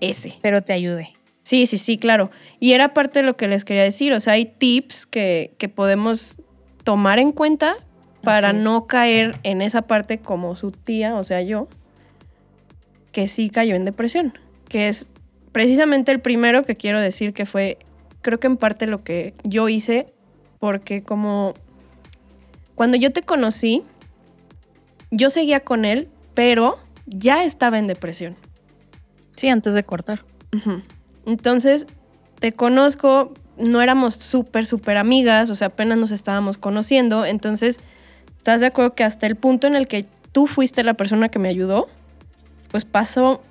Speaker 3: ese.
Speaker 2: Pero te ayude.
Speaker 3: Sí, sí, sí, claro. Y era parte de lo que les quería decir. O sea, hay tips que, que podemos tomar en cuenta para
Speaker 2: Así es.
Speaker 3: no caer en esa parte como su tía, o sea, yo, que sí cayó en depresión. Que es precisamente el primero que quiero decir que fue, creo que en parte lo que yo hice, porque como cuando yo te conocí, yo seguía con él, pero ya estaba en depresión.
Speaker 2: Sí, antes de cortar.
Speaker 3: Ujú. Entonces, te conozco, no éramos súper, súper amigas, o sea, apenas nos estábamos conociendo, entonces, ¿estás de acuerdo que hasta el punto en el que tú fuiste la persona que me ayudó? Pues pasó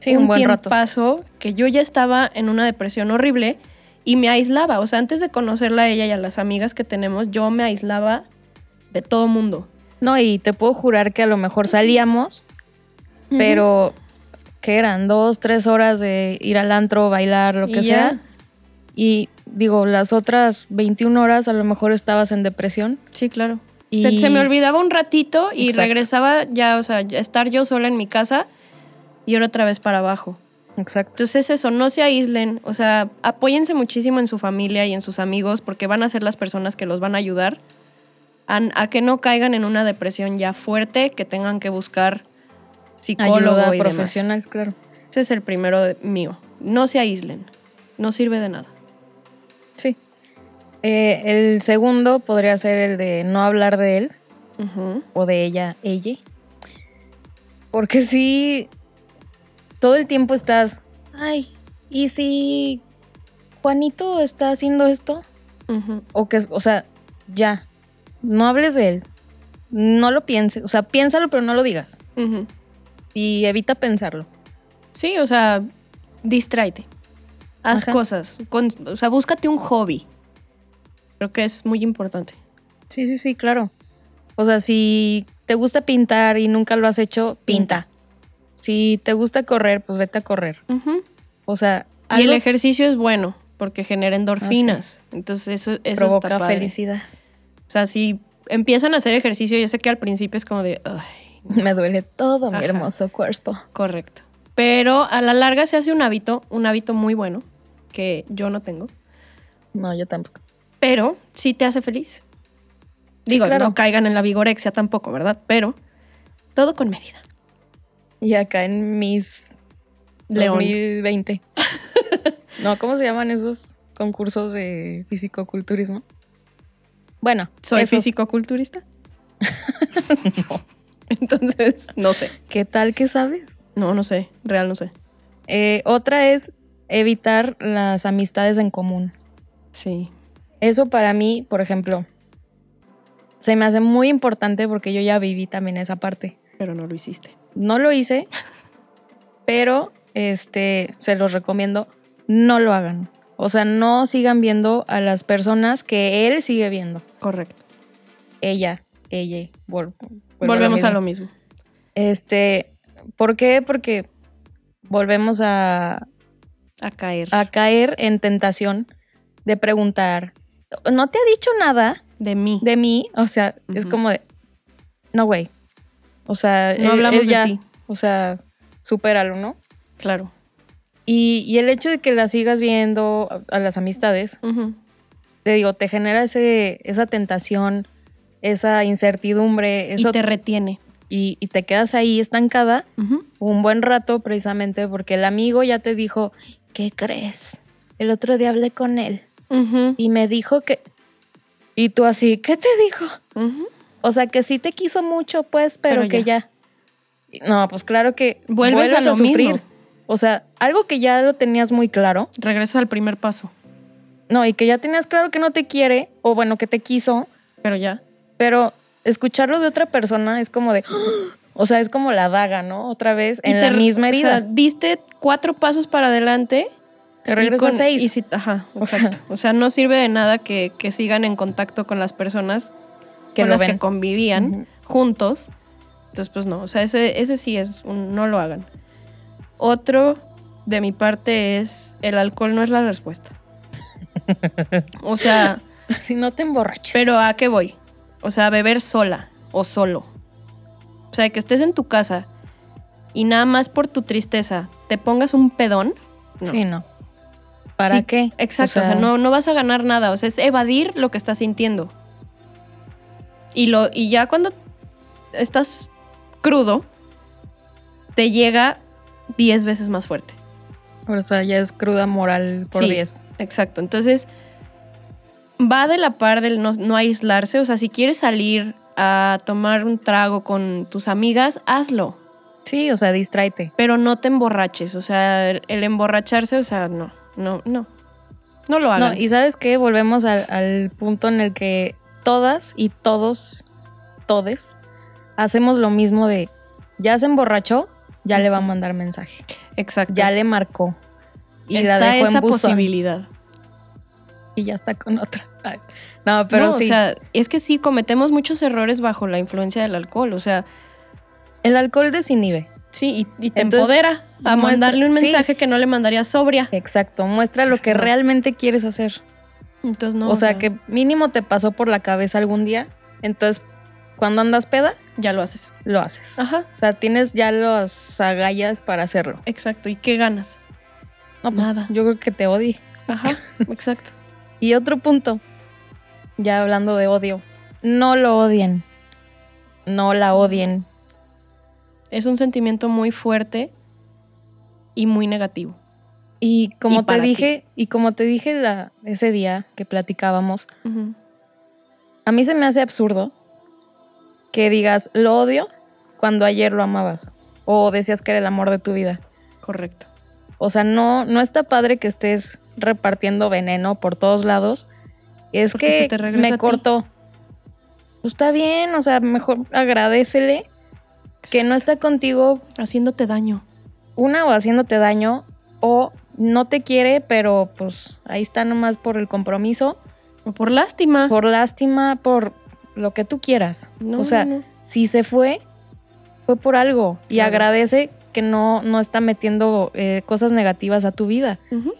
Speaker 2: Sí, un, buen rato.
Speaker 3: pasó que yo ya estaba en una depresión horrible y me aislaba, o sea, antes de conocerla a ella y a las amigas que tenemos, yo me aislaba de todo mundo.
Speaker 2: No, y te puedo jurar que a lo mejor salíamos, pero que eran dos, tres horas de ir al antro, bailar, lo
Speaker 3: Y
Speaker 2: que
Speaker 3: ya.
Speaker 2: sea. Y digo, las otras 21 horas a lo mejor estabas en depresión.
Speaker 3: Sí, claro.
Speaker 2: Y-
Speaker 3: Se, se me olvidaba un ratito y
Speaker 2: Exacto.
Speaker 3: regresaba ya, o sea, ya estar yo sola en mi casa y ahora otra vez para abajo.
Speaker 2: Exacto.
Speaker 3: Entonces eso, no se aíslen, o sea, apóyense muchísimo en su familia y en sus amigos porque van a ser las personas que los van a ayudar a, a que no caigan en una depresión ya fuerte, que tengan que buscar psicólogo
Speaker 2: Ayuda
Speaker 3: y
Speaker 2: profesional,
Speaker 3: profesional.
Speaker 2: claro.
Speaker 3: Ese es el primero de- mío. No se aíslen, no sirve de nada.
Speaker 2: Sí. Eh, el segundo podría ser el de no hablar de él
Speaker 3: Ujú.
Speaker 2: o de ella, ella. Porque si todo el tiempo estás, ay, ¿y si Juanito está haciendo esto?
Speaker 3: Ujú.
Speaker 2: O que, es- o sea, ya, no hables de él, no lo pienses, o sea, piénsalo pero no lo digas
Speaker 3: Ujú.
Speaker 2: y evita pensarlo.
Speaker 3: Sí, o sea, distráete. Haz
Speaker 2: Ajá.
Speaker 3: cosas. con- o sea, búscate un hobby. Creo que es muy importante.
Speaker 2: Sí, sí, sí, claro. O sea, si te gusta pintar y nunca lo has hecho, pinta. Si te gusta correr, pues vete a correr.
Speaker 3: Ujú.
Speaker 2: O sea,
Speaker 3: Y el
Speaker 2: algo Ah,
Speaker 3: ejercicio es bueno porque genera endorfinas. Entonces, eso, eso
Speaker 2: provoca
Speaker 3: está padre.
Speaker 2: felicidad.
Speaker 3: O sea, si empiezan a hacer ejercicio, yo sé que al principio es como de, ay,
Speaker 2: Me duele todo mi
Speaker 3: Ajá.
Speaker 2: hermoso cuerpo.
Speaker 3: correcto. Pero a la larga se hace un hábito, un hábito muy bueno que yo no tengo.
Speaker 2: No, yo tampoco.
Speaker 3: pero sí te hace feliz.
Speaker 2: Sí,
Speaker 3: Digo,
Speaker 2: claro.
Speaker 3: no caigan en la vigorexia tampoco, ¿verdad? Pero todo con medida.
Speaker 2: Y acá en mis
Speaker 3: León.
Speaker 2: 2020. no, ¿cómo se llaman esos concursos de fisicoculturismo? Bueno,
Speaker 3: Soy
Speaker 2: esos.
Speaker 3: físico-culturista. Entonces, no sé.
Speaker 2: ¿Qué tal que sabes?
Speaker 3: No, no sé. Real no sé.
Speaker 2: Eh, otra es evitar las amistades en común.
Speaker 3: Sí.
Speaker 2: Eso para mí, por ejemplo, se me hace muy importante porque yo ya viví también esa parte.
Speaker 3: Pero no lo hiciste.
Speaker 2: No lo hice, pero este, se los recomiendo, no lo hagan. O sea, no sigan viendo a las personas que él sigue viendo.
Speaker 3: Correcto.
Speaker 2: Ella, ella, vol- vuelvo
Speaker 3: Volvemos a lo mismo.
Speaker 2: Este, ¿por qué? Porque volvemos a,
Speaker 3: A caer.
Speaker 2: a caer en tentación de preguntar, ¿no te ha dicho nada
Speaker 3: de mí.
Speaker 2: de mí? O sea, es
Speaker 3: Ujú.
Speaker 2: como de, no, güey. O sea,
Speaker 3: No hablamos de
Speaker 2: ya,
Speaker 3: ti.
Speaker 2: O sea, supéralo, ¿no?
Speaker 3: Claro.
Speaker 2: Y, y el hecho de que la sigas viendo a, a las amistades,
Speaker 3: Ujú.
Speaker 2: te digo, te genera ese, esa tentación, esa incertidumbre, eso,
Speaker 3: Y te retiene.
Speaker 2: y- y te quedas ahí estancada
Speaker 3: Ujú.
Speaker 2: un buen rato precisamente porque el amigo ya te dijo, ¿qué crees? El otro día hablé con él
Speaker 3: Ujú.
Speaker 2: y me dijo que... Y tú así, ¿qué te dijo?
Speaker 3: Ujú.
Speaker 2: O sea, que sí te quiso mucho, pues, pero,
Speaker 3: Pero
Speaker 2: que ya. Y No, pues claro que
Speaker 3: Vuelves a lo mismo.
Speaker 2: O sea, algo que ya lo tenías muy claro,
Speaker 3: Regresas al primer paso.
Speaker 2: no, y que ya tenías claro que no te quiere, o bueno, que te quiso,
Speaker 3: Pero ya.
Speaker 2: pero escucharlo de otra persona es como de... ¡Ah! O sea, es como la daga, ¿no? Otra vez en
Speaker 3: Y
Speaker 2: la
Speaker 3: te-
Speaker 2: misma
Speaker 3: o sea,
Speaker 2: herida.
Speaker 3: diste cuatro pasos para adelante
Speaker 2: te regresas
Speaker 3: Y con-
Speaker 2: seis.
Speaker 3: y si- ajá,
Speaker 2: O sea-
Speaker 3: exacto. O sea, no sirve de nada que, que sigan en contacto con las personas
Speaker 2: Que
Speaker 3: con
Speaker 2: lo
Speaker 3: las
Speaker 2: ven.
Speaker 3: que convivían
Speaker 2: Ujú.
Speaker 3: juntos. Entonces, pues no, o sea, ese, ese sí es un no lo hagan. Otro de mi parte es el alcohol no es la respuesta. O sea,
Speaker 2: Si no te emborraches.
Speaker 3: pero ¿a qué voy? O sea, beber sola o solo. O sea, que estés en tu casa y nada más por tu tristeza te pongas un pedón. no.
Speaker 2: Sí, no. ¿Para
Speaker 3: Sí,
Speaker 2: qué?
Speaker 3: Exacto, o sea, no, no vas a ganar nada, o sea, es evadir lo que estás sintiendo. Y, lo, y ya cuando estás crudo, te llega 10 veces más fuerte.
Speaker 2: O sea, ya es cruda moral por
Speaker 3: Sí,
Speaker 2: 10.
Speaker 3: Exacto, entonces va de la par del no, no aislarse, o sea, si quieres salir a tomar un trago con tus amigas, hazlo,
Speaker 2: Sí, o sea, distráete.
Speaker 3: pero no te emborraches, o sea, el, el emborracharse, o sea, no, no, no, no lo hagan.
Speaker 2: No, y sabes qué, volvemos al, al punto en el que todas y todos, todes, hacemos lo mismo de, ya se emborrachó, ya le va a mandar mensaje,
Speaker 3: exacto.
Speaker 2: ya le marcó y la
Speaker 3: está
Speaker 2: dejó
Speaker 3: esa
Speaker 2: en buzón
Speaker 3: posibilidad.
Speaker 2: y ya está con otra. Ay, No, pero
Speaker 3: No,
Speaker 2: sí,
Speaker 3: O sea, es que sí, cometemos muchos errores bajo la influencia del alcohol. O sea,
Speaker 2: el alcohol desinhibe.
Speaker 3: sí, y, y te
Speaker 2: Entonces,
Speaker 3: empodera a
Speaker 2: muestra-
Speaker 3: mandarle un
Speaker 2: sí.
Speaker 3: mensaje que no le mandaría sobria.
Speaker 2: Exacto, muestra lo que
Speaker 3: No.
Speaker 2: realmente quieres hacer.
Speaker 3: Entonces, no.
Speaker 2: o sea, que mínimo te pasó por la cabeza algún día, entonces cuando andas peda,
Speaker 3: ya lo haces.
Speaker 2: lo haces.
Speaker 3: Ajá,
Speaker 2: O sea, tienes ya las agallas para hacerlo.
Speaker 3: exacto. ¿Y qué ganas?
Speaker 2: No, pues,
Speaker 3: Nada.
Speaker 2: Yo creo que te odie.
Speaker 3: Ajá, exacto.
Speaker 2: Y otro punto, ya hablando de odio, no lo odien. No la odien.
Speaker 3: Es un sentimiento muy fuerte y muy negativo.
Speaker 2: Y
Speaker 3: Y
Speaker 2: como te
Speaker 3: para
Speaker 2: dije, y como te dije la, ese día que platicábamos,
Speaker 3: Ujú.
Speaker 2: a mí se me hace absurdo que digas lo odio cuando ayer lo amabas o decías que era el amor de tu vida.
Speaker 3: Correcto.
Speaker 2: O sea, no, no está padre que estés repartiendo veneno por todos lados. Es
Speaker 3: Porque se
Speaker 2: que
Speaker 3: te regresa a
Speaker 2: me
Speaker 3: ti.
Speaker 2: cortó. Pues está bien, o sea, mejor agradecele que no está contigo
Speaker 3: Haciéndote daño.
Speaker 2: una o haciéndote daño o no te quiere, pero pues ahí está nomás por el compromiso,
Speaker 3: O por lástima.
Speaker 2: por lástima, por lo que tú quieras.
Speaker 3: Ah. No,
Speaker 2: o sea,
Speaker 3: no, no.
Speaker 2: si se fue, fue por algo y
Speaker 3: Claro.
Speaker 2: agradece que no, no está metiendo eh, cosas negativas a tu vida.
Speaker 3: Ujú.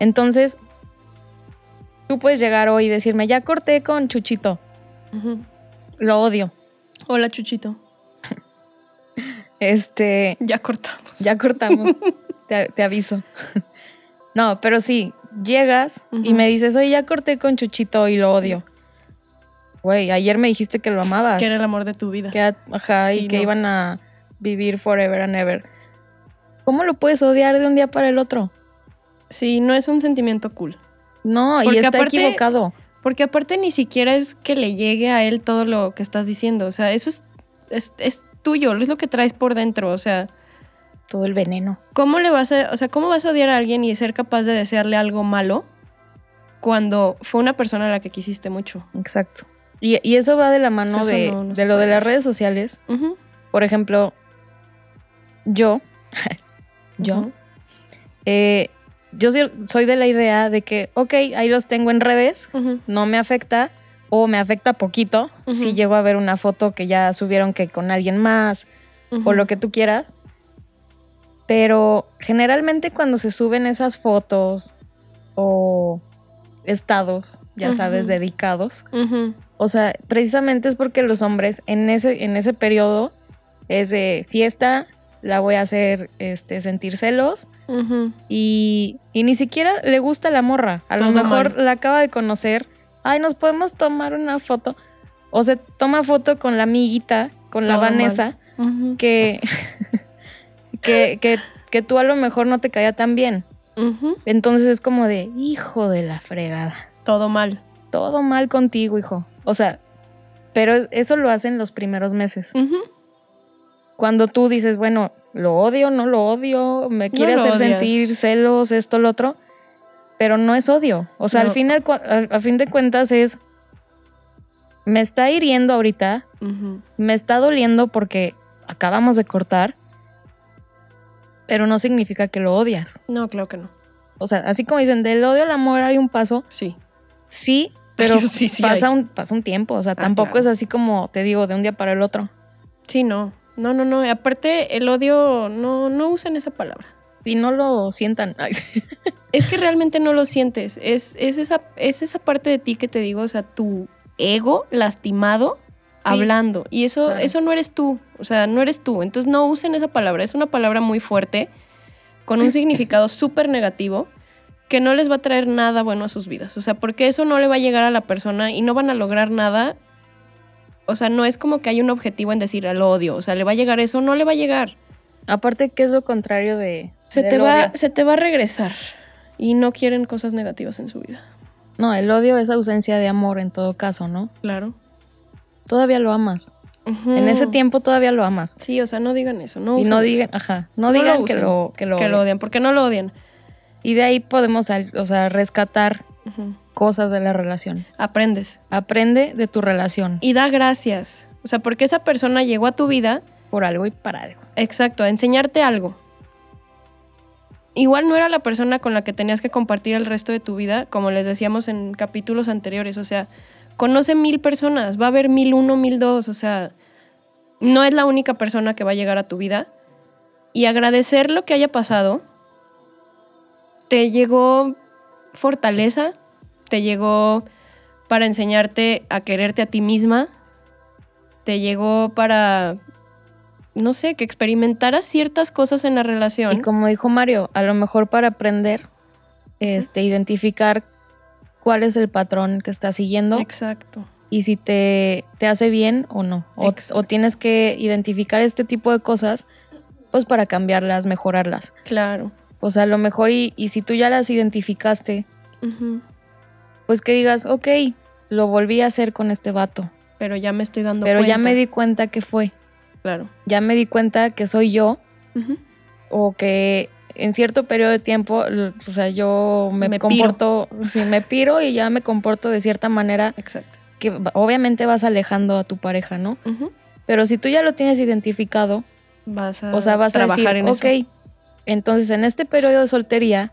Speaker 2: Entonces, tú puedes llegar hoy y decirme, ya corté con Chuchito,
Speaker 3: Ujú.
Speaker 2: lo odio.
Speaker 3: Hola, Chuchito.
Speaker 2: Este,
Speaker 3: Ya cortamos.
Speaker 2: ya cortamos, te, te aviso. no, pero sí, llegas y
Speaker 3: Ujú.
Speaker 2: me dices, oye, ya corté con Chuchito y lo odio. Güey, ayer me dijiste que lo amabas.
Speaker 3: Que era el amor de tu vida.
Speaker 2: que, ajá,
Speaker 3: Sí,
Speaker 2: y que
Speaker 3: no.
Speaker 2: iban a vivir forever and ever. ¿Cómo lo puedes odiar de un día para el otro?
Speaker 3: Sí, no es un sentimiento cool.
Speaker 2: No,
Speaker 3: Porque
Speaker 2: y está
Speaker 3: aparte-
Speaker 2: equivocado.
Speaker 3: Porque aparte ni siquiera es que le llegue a él todo lo que estás diciendo. O sea, eso es, es, es tuyo, es lo que traes por dentro. O sea,
Speaker 2: Todo el veneno.
Speaker 3: ¿cómo le vas a, o sea, cómo vas a odiar a alguien y ser capaz de desearle algo malo cuando fue una persona a la que quisiste mucho?
Speaker 2: Exacto. Y, y eso va de la mano
Speaker 3: O sea,
Speaker 2: de,
Speaker 3: eso no- no
Speaker 2: de
Speaker 3: se
Speaker 2: lo de
Speaker 3: puede.
Speaker 2: las redes sociales.
Speaker 3: Ujú,
Speaker 2: Por ejemplo, yo, yo,
Speaker 3: ujú.
Speaker 2: eh, yo soy- soy de la idea de que, ok, ahí los tengo en redes,
Speaker 3: Ujú.
Speaker 2: no me afecta o me afecta poquito
Speaker 3: Ujú.
Speaker 2: si llego a ver una foto que ya subieron que con alguien más o lo que tú quieras. Pero generalmente cuando se suben esas fotos o estados, ya sabes,
Speaker 3: Ujú.
Speaker 2: dedicados,
Speaker 3: Ujú.
Speaker 2: o sea, precisamente es porque los hombres en ese, en ese periodo es de fiesta, la voy a hacer este, sentir celos
Speaker 3: Ujú.
Speaker 2: y, y ni siquiera le gusta la morra. A lo
Speaker 3: Todo
Speaker 2: mejor
Speaker 3: mal.
Speaker 2: la acaba de conocer. Ay, nos podemos tomar una foto. O se toma foto con la amiguita, con la
Speaker 3: Todo mal.
Speaker 2: Vanessa,
Speaker 3: Ujú.
Speaker 2: que, que, que, que tú a lo mejor no te caía tan bien.
Speaker 3: Ujú.
Speaker 2: Entonces es como de, hijo de la fregada
Speaker 3: Todo mal.
Speaker 2: todo mal contigo, hijo. O sea, pero es- eso lo hacen los primeros meses.
Speaker 3: Ujú.
Speaker 2: Cuando tú dices, bueno, lo odio, no lo odio, me quiere
Speaker 3: lo
Speaker 2: hacer
Speaker 3: odias.
Speaker 2: sentir celos, esto, lo otro, pero no es odio. O sea,
Speaker 3: No.
Speaker 2: al final, cua- al- a fin de cuentas es, me está hiriendo ahorita,
Speaker 3: Ujú.
Speaker 2: me está doliendo porque acabamos de cortar, pero no significa que lo odias.
Speaker 3: No, claro que no.
Speaker 2: O sea, así como dicen, del odio al amor hay un paso,
Speaker 3: Sí.
Speaker 2: sí, pero
Speaker 3: sí, sí. hay. Ah,
Speaker 2: pasa, un, pasa un tiempo, o sea, tampoco
Speaker 3: claro.
Speaker 2: es así como te digo, de un día para el otro.
Speaker 3: Sí, no. No, no, no. Aparte, el odio, no, no usen esa palabra.
Speaker 2: Y no lo sientan. Ay,
Speaker 3: Es que realmente no lo sientes. Es, es, esa, es esa parte de ti que te digo, o sea, tu ego lastimado hablando. Y eso,
Speaker 2: Claro.
Speaker 3: eso no eres tú. O sea, no eres tú. Entonces no usen esa palabra. Es una palabra muy fuerte, con un significado súper negativo, que no les va a traer nada bueno a sus vidas. O sea, porque eso no le va a llegar a la persona y no van a lograr nada. O sea, no es como que hay un objetivo en decir al odio. O sea, le va a llegar eso, no le va a llegar.
Speaker 2: Aparte, ¿qué es lo contrario de.
Speaker 3: Se
Speaker 2: del
Speaker 3: te, va,
Speaker 2: odio?
Speaker 3: se te va a regresar. Y no quieren cosas negativas en su vida.
Speaker 2: No, el odio es ausencia de amor en todo caso, ¿no?
Speaker 3: Claro.
Speaker 2: Todavía lo amas. En ese tiempo todavía lo amas.
Speaker 3: Sí, o sea, no digan eso. Mm. No
Speaker 2: y
Speaker 3: usen
Speaker 2: no
Speaker 3: eso.
Speaker 2: digan, ajá, no,
Speaker 3: No lo
Speaker 2: digan que
Speaker 3: usen,
Speaker 2: lo, que lo
Speaker 3: que lo
Speaker 2: odian.
Speaker 3: odian. ¿Por qué no lo odian?
Speaker 2: Y de ahí podemos, sal- o sea, rescatar
Speaker 3: Ujú.
Speaker 2: cosas de la relación.
Speaker 3: Aprendes.
Speaker 2: Aprende de tu relación
Speaker 3: Y da gracias. O sea, porque esa persona llegó a tu vida,
Speaker 2: por algo y para algo.
Speaker 3: exacto, a enseñarte algo. Igual no era la persona con la que tenías que compartir el resto de tu vida, como les decíamos en capítulos anteriores. O sea, conoce mil personas, va a haber mil uno, mil dos. O sea, no es la única persona que va a llegar a tu vida. Y agradecer lo que haya pasado. Te llegó fortaleza, te llegó para enseñarte a quererte a ti misma, te llegó para, no sé, que experimentaras ciertas cosas en la relación.
Speaker 2: Y como dijo Mario, a lo mejor para aprender, este, identificar cuál es el patrón que estás siguiendo
Speaker 3: Exacto.
Speaker 2: y si te, te hace bien o no. O,
Speaker 3: Exacto.
Speaker 2: o tienes que identificar este tipo de cosas, pues para cambiarlas, mejorarlas.
Speaker 3: Claro.
Speaker 2: O sea, a lo mejor, y, y si tú ya las identificaste, pues que digas, ok, lo volví a hacer con este vato,
Speaker 3: Pero ya me estoy dando
Speaker 2: pero ya
Speaker 3: cuenta.
Speaker 2: me di cuenta que fue,
Speaker 3: Claro.
Speaker 2: ya me di cuenta que soy yo o que en cierto periodo de tiempo, l- o sea, yo me,
Speaker 3: Me piro.
Speaker 2: comporto, sí, me piro y ya me comporto de cierta manera
Speaker 3: Exacto.
Speaker 2: que va- obviamente vas alejando a tu pareja, ¿no?
Speaker 3: Ujú.
Speaker 2: Pero si tú ya lo tienes identificado,
Speaker 3: Vas a
Speaker 2: o sea, vas a
Speaker 3: Ah, trabajar
Speaker 2: decir,
Speaker 3: en
Speaker 2: ok,
Speaker 3: eso.
Speaker 2: entonces en este periodo de soltería,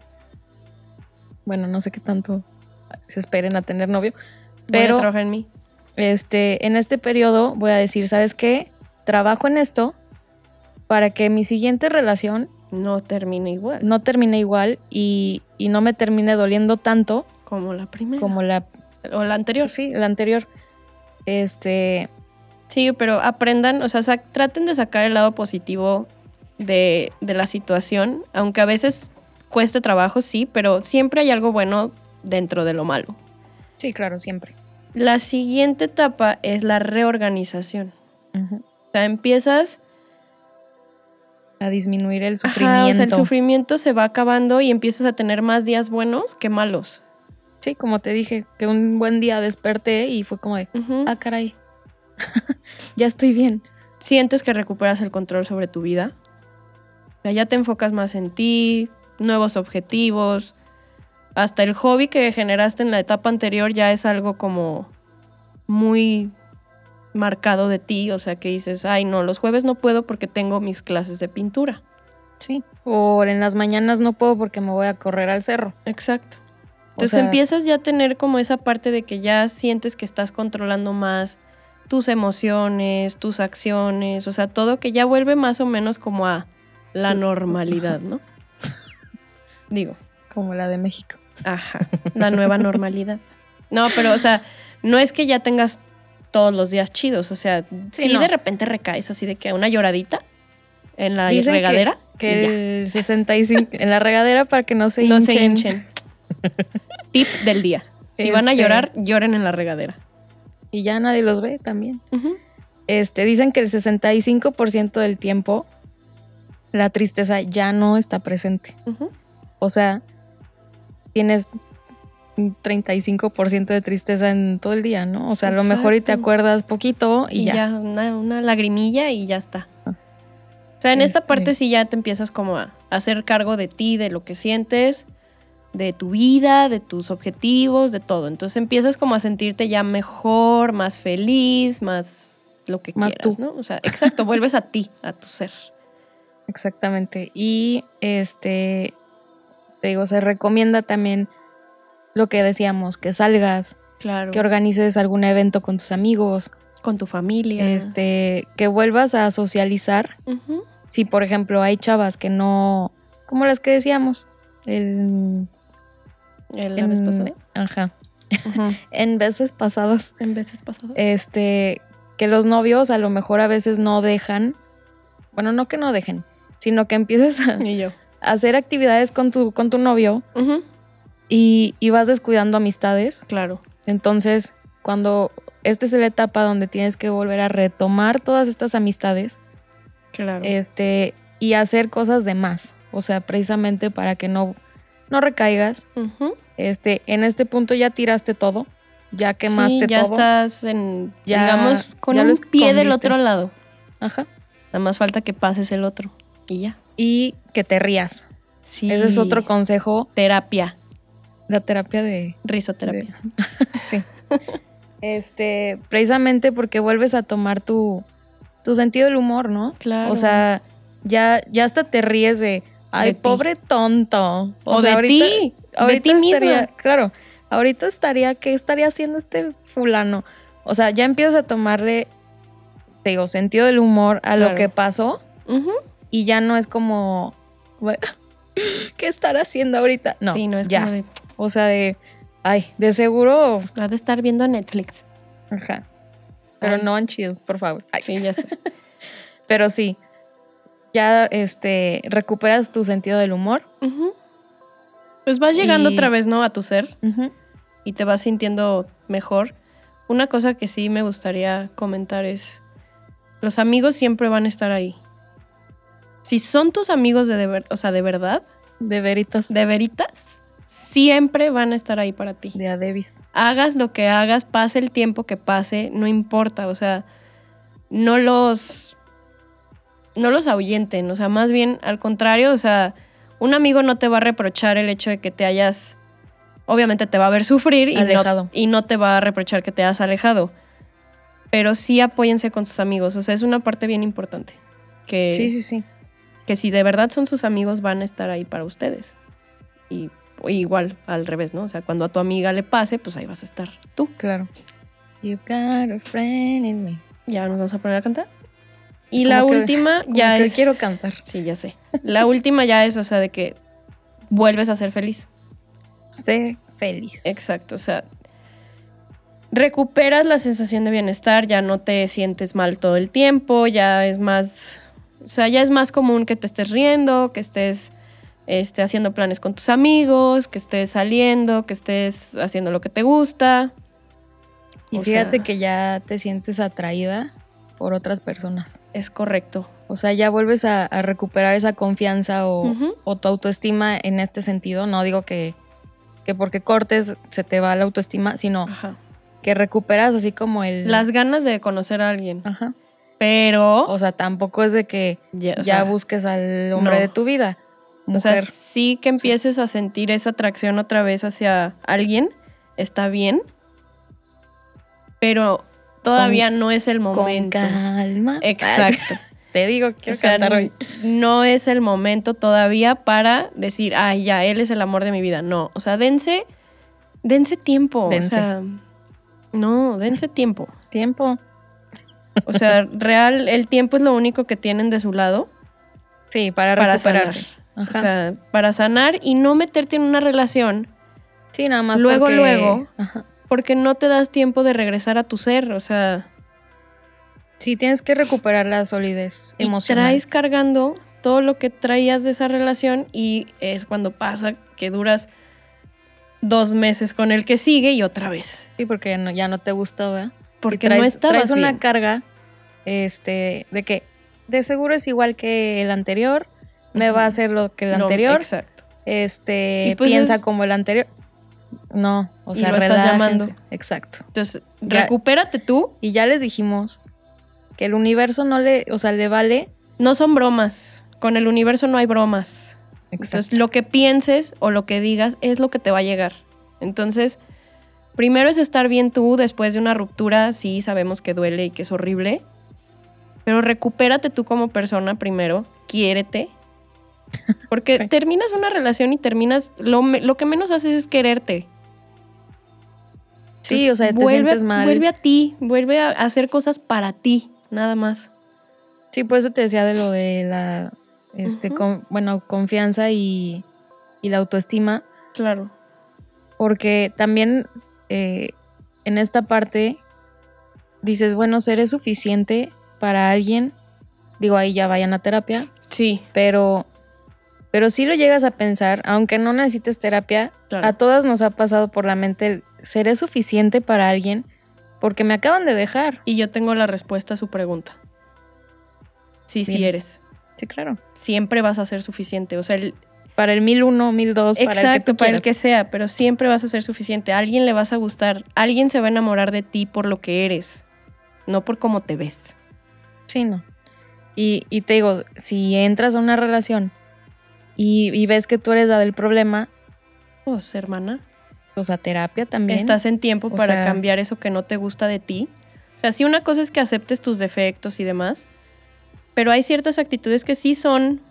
Speaker 2: bueno, no sé qué tanto se esperen a tener novio,
Speaker 3: Voy a
Speaker 2: pero
Speaker 3: trabajar en mí.
Speaker 2: este, en este periodo voy a decir, ¿sabes qué? Trabajo en esto para que mi siguiente relación
Speaker 3: No termina igual
Speaker 2: no termine igual y, y no me termine doliendo tanto
Speaker 3: como la primera.
Speaker 2: como la,
Speaker 3: o la anterior.
Speaker 2: sí, la anterior. Este,
Speaker 3: Sí, pero aprendan, o sea, sa- traten de sacar el lado positivo de, de la situación, aunque a veces cueste trabajo, sí, pero siempre hay algo bueno dentro de lo malo.
Speaker 2: sí, claro, siempre.
Speaker 3: La siguiente etapa es la reorganización.
Speaker 2: Ujú.
Speaker 3: O sea, empiezas,
Speaker 2: A disminuir el sufrimiento.
Speaker 3: ajá, o sea, el sufrimiento se va acabando y empiezas a tener más días buenos que malos.
Speaker 2: Sí, como te dije, que un buen día desperté y fue como de,
Speaker 3: Ujú.
Speaker 2: ah, caray, ya estoy bien.
Speaker 3: Sientes que recuperas el control sobre tu vida. O sea, ya te enfocas más en ti, nuevos objetivos. Hasta el hobby que generaste en la etapa anterior ya es algo como muy marcado de ti. O sea, que dices, ay, no, los jueves no puedo porque tengo mis clases de pintura.
Speaker 2: Sí. O en las mañanas no puedo porque me voy a correr al cerro.
Speaker 3: Exacto.
Speaker 2: O
Speaker 3: Entonces
Speaker 2: sea,
Speaker 3: empiezas ya a tener como esa parte de que ya sientes que estás controlando más tus emociones, tus acciones, o sea, todo que ya vuelve más o menos como a la normalidad, ¿no? Digo,
Speaker 2: Como la de México.
Speaker 3: ajá, la nueva normalidad. No, pero o sea, no es que ya tengas todos los días chidos, o sea,
Speaker 2: Sí,
Speaker 3: si
Speaker 2: no.
Speaker 3: de repente recaes así de que una lloradita en la
Speaker 2: Dicen que-
Speaker 3: regadera, y ya.
Speaker 2: Que el 65, en la regadera para que no se
Speaker 3: no
Speaker 2: hinchen.
Speaker 3: se hinchen. Tip del día. Si van a
Speaker 2: Este-
Speaker 3: llorar, lloren en la regadera.
Speaker 2: Y ya nadie los ve también. Este, dicen que el 65% del tiempo la tristeza ya no está presente. O sea, tienes un 35% de tristeza en todo el día, ¿no? O sea, a lo mejor y te
Speaker 3: Exacto.
Speaker 2: acuerdas poquito y,
Speaker 3: Y,
Speaker 2: ya.
Speaker 3: ya, Ah. una, una lagrimilla y ya está. O sea, en esta
Speaker 2: Este-
Speaker 3: parte sí ya te empiezas como a hacer cargo de ti, de lo que sientes, de tu vida, de tus objetivos, de todo. Entonces empiezas como a sentirte ya mejor, más feliz, más lo que
Speaker 2: Más
Speaker 3: quieras,
Speaker 2: tú.
Speaker 3: ¿no? O sea, exacto, vuelves a ti, a tu ser.
Speaker 2: Exactamente. Y este, te digo, se recomienda también lo que decíamos, que salgas,
Speaker 3: Claro.
Speaker 2: que organices algún evento con tus amigos,
Speaker 3: Con tu familia.
Speaker 2: este, que vuelvas a socializar.
Speaker 3: Ujú.
Speaker 2: Si, por ejemplo, hay chavas que no, como las que decíamos, el,
Speaker 3: Eh, La
Speaker 2: en-
Speaker 3: vez pasada.
Speaker 2: Ajá.
Speaker 3: Ujú.
Speaker 2: En veces pasadas
Speaker 3: En veces pasada.
Speaker 2: este, que los novios a lo mejor a veces no dejan, bueno, no que no dejen, sino que empieces a,
Speaker 3: Y yo.
Speaker 2: a hacer actividades con tu, con tu novio
Speaker 3: Ujú,
Speaker 2: y, y vas descuidando amistades.
Speaker 3: Claro.
Speaker 2: Entonces, cuando esta es la etapa donde tienes que volver a retomar todas estas amistades
Speaker 3: Claro.
Speaker 2: este, y hacer cosas de más, o sea, precisamente para que no, no recaigas.
Speaker 3: Ujú.
Speaker 2: Este, en este punto ya tiraste todo, ya quemaste
Speaker 3: Sí, ya
Speaker 2: todo.
Speaker 3: estás en,
Speaker 2: Ya-
Speaker 3: digamos, con
Speaker 2: ya lo
Speaker 3: un pie del
Speaker 2: escondiste.
Speaker 3: otro lado.
Speaker 2: Ajá.
Speaker 3: Nada más falta que pases el otro. Y ya.
Speaker 2: Y que te rías.
Speaker 3: Sí.
Speaker 2: Ese es otro consejo,
Speaker 3: Terapia.
Speaker 2: la terapia de...
Speaker 3: Risoterapia.
Speaker 2: de- sí. Este, precisamente porque vuelves a tomar tu, tu sentido del humor, ¿no?
Speaker 3: Claro.
Speaker 2: O sea, ya, ya hasta te ríes de, ay,
Speaker 3: De ti.
Speaker 2: pobre tonto.
Speaker 3: O
Speaker 2: sea,
Speaker 3: de ti, de ti misma.
Speaker 2: estaría, Claro, ahorita estaría, ¿qué estaría haciendo este fulano? O sea, ya empiezas a tomarle, te digo, sentido del humor a lo
Speaker 3: Claro.
Speaker 2: que pasó
Speaker 3: Ujú.
Speaker 2: y ya no es como, "Bue- ¿qué estará haciendo ahorita? No,
Speaker 3: sí, no es
Speaker 2: ya.
Speaker 3: como de.
Speaker 2: O sea, de, ay, de seguro,
Speaker 3: Ha de estar viendo Netflix.
Speaker 2: ajá. Pero
Speaker 3: Ay.
Speaker 2: no en chill, por favor. Ay.
Speaker 3: Sí, ya sé.
Speaker 2: Pero sí, ya este, recuperas tu sentido del humor.
Speaker 3: Ujú. Pues vas llegando
Speaker 2: Y-
Speaker 3: otra vez, ¿no? A tu ser
Speaker 2: Ujú.
Speaker 3: y te vas sintiendo mejor. Una cosa que sí me gustaría comentar es, los amigos siempre van a estar ahí. Si son tus amigos de, de ver- o sea, de verdad,
Speaker 2: De veritas.
Speaker 3: de veritas, siempre van a estar ahí para ti.
Speaker 2: De Adebis.
Speaker 3: Hagas lo que hagas, pase el tiempo que pase, no importa, o sea, no los no los ahuyenten, o sea, más bien al contrario, o sea, un amigo no te va a reprochar el hecho de que te hayas obviamente te va a ver sufrir y no,
Speaker 2: Alejado.
Speaker 3: y no te va a reprochar que te has alejado. Pero sí apóyense con sus amigos, o sea, es una parte bien importante que
Speaker 2: Sí, sí, sí.
Speaker 3: que si de verdad son sus amigos van a estar ahí para ustedes. Y o igual al revés, ¿no? O sea, cuando a tu amiga le pase, pues ahí vas a estar tú.
Speaker 2: Claro. You got a friend in me.
Speaker 3: Ya nos vamos a poner a cantar. Y
Speaker 2: Como
Speaker 3: la
Speaker 2: que-
Speaker 3: última
Speaker 2: Como
Speaker 3: ya
Speaker 2: que
Speaker 3: es
Speaker 2: quiero cantar.
Speaker 3: Sí, ya sé. La última ya es, o sea, de que vuelves a ser feliz.
Speaker 2: Sé feliz.
Speaker 3: Exacto, o sea, recuperas la sensación de bienestar, ya no te sientes mal todo el tiempo, ya es más, o sea, ya es más común que te estés riendo, que estés este, haciendo planes con tus amigos, que estés saliendo, que estés haciendo lo que te gusta.
Speaker 2: Y
Speaker 3: O
Speaker 2: fíjate
Speaker 3: sea,
Speaker 2: que ya te sientes atraída por otras personas.
Speaker 3: es correcto.
Speaker 2: O sea, ya vuelves a, a recuperar esa confianza o,
Speaker 3: Ujú.
Speaker 2: o tu autoestima en este sentido. No digo que, que porque cortes se te va la autoestima, sino
Speaker 3: Ajá.
Speaker 2: que recuperas así como el...
Speaker 3: Ah. Las ganas de conocer a alguien,
Speaker 2: Ajá.
Speaker 3: pero
Speaker 2: O sea, tampoco es de que
Speaker 3: ya, o
Speaker 2: ya
Speaker 3: sea,
Speaker 2: busques al hombre
Speaker 3: no.
Speaker 2: de tu vida.
Speaker 3: O sea,
Speaker 2: Mujer.
Speaker 3: sí que empieces a sentir esa atracción otra vez hacia alguien, está bien, pero todavía no es el
Speaker 2: con
Speaker 3: momento.
Speaker 2: calma.
Speaker 3: Exacto.
Speaker 2: Te digo, quiero
Speaker 3: O sea,
Speaker 2: cantar hoy.
Speaker 3: no es el momento todavía para decir, ay, ya, él es el amor de mi vida. No, o sea, dense, dense tiempo.
Speaker 2: Dense.
Speaker 3: O sea, no, dense tiempo.
Speaker 2: Tiempo.
Speaker 3: O sea, real, el tiempo es lo único que tienen de su lado.
Speaker 2: Sí, para,
Speaker 3: Para
Speaker 2: recuperarse.
Speaker 3: sanar.
Speaker 2: Ajá.
Speaker 3: O sea, para sanar y no meterte en una relación
Speaker 2: sí, nada más.
Speaker 3: luego,
Speaker 2: porque-
Speaker 3: luego.
Speaker 2: Ajá.
Speaker 3: porque no te das tiempo de regresar a tu ser, o sea,
Speaker 2: Sí, tienes que recuperar la solidez
Speaker 3: y
Speaker 2: emocional.
Speaker 3: traes cargando todo lo que traías de esa relación y es cuando pasa que duras dos meses con el que sigue y otra vez,
Speaker 2: Sí, porque ya no, ya no te gustó, ¿verdad?
Speaker 3: porque
Speaker 2: Y traes,
Speaker 3: no estabas
Speaker 2: traes una
Speaker 3: bien.
Speaker 2: carga este, de que de seguro es igual que el anterior, me
Speaker 3: Ujú.
Speaker 2: va a hacer lo que el
Speaker 3: No,
Speaker 2: anterior,
Speaker 3: exacto.
Speaker 2: este,
Speaker 3: Y pues
Speaker 2: piensa
Speaker 3: es-
Speaker 2: como el anterior. No, o
Speaker 3: Y
Speaker 2: sea,
Speaker 3: lo estás llamando.
Speaker 2: relájense. Exacto.
Speaker 3: Entonces,
Speaker 2: Ya.
Speaker 3: recupérate tú,
Speaker 2: Y ya les dijimos que el universo no le, o sea, le vale.
Speaker 3: no son bromas, con el universo no hay bromas. Entonces, lo que pienses o lo que digas es lo que te va a llegar. Entonces, primero es estar bien tú después de una ruptura. Sí, sabemos que duele y que es horrible. Pero recupérate tú como persona primero. Quiérete. Porque
Speaker 2: Sí.
Speaker 3: terminas una relación y terminas. Lo, me- lo que menos haces es quererte.
Speaker 2: sí,
Speaker 3: Entonces,
Speaker 2: o sea, te
Speaker 3: vuelve a-
Speaker 2: sientes mal.
Speaker 3: Vuelve a ti. Vuelve a hacer cosas para ti. Nada más.
Speaker 2: Sí, por eso te decía de lo de la este
Speaker 3: Ujú.
Speaker 2: con- bueno, confianza y, y la autoestima.
Speaker 3: Claro.
Speaker 2: Porque también eh, en esta parte dices, bueno, seré suficiente para alguien. Digo, ahí ya vayan a terapia,
Speaker 3: Sí,
Speaker 2: pero pero si lo llegas a pensar, aunque no necesites terapia,
Speaker 3: Claro.
Speaker 2: a todas nos ha pasado por la mente el seré suficiente para alguien porque me acaban de dejar.
Speaker 3: y yo tengo la respuesta a su pregunta. Sí, sí
Speaker 2: Bien.
Speaker 3: eres.
Speaker 2: Sí, claro.
Speaker 3: Siempre vas a ser suficiente. O sea, el,
Speaker 2: Para el 1001, 1002, para el que
Speaker 3: Exacto,
Speaker 2: tú
Speaker 3: para
Speaker 2: quieras.
Speaker 3: el que sea, pero siempre vas a ser suficiente. A alguien le vas a gustar, alguien se va a enamorar de ti por lo que eres, no por cómo te ves.
Speaker 2: Sí, no. Y, y te digo, si entras a una relación y, y ves que tú eres la del problema,
Speaker 3: Pues, hermana,
Speaker 2: pues a terapia también.
Speaker 3: estás en tiempo
Speaker 2: O
Speaker 3: para
Speaker 2: sea-
Speaker 3: cambiar eso que no te gusta de ti. O sea, sí, una cosa es que aceptes tus defectos y demás, pero hay ciertas actitudes que sí son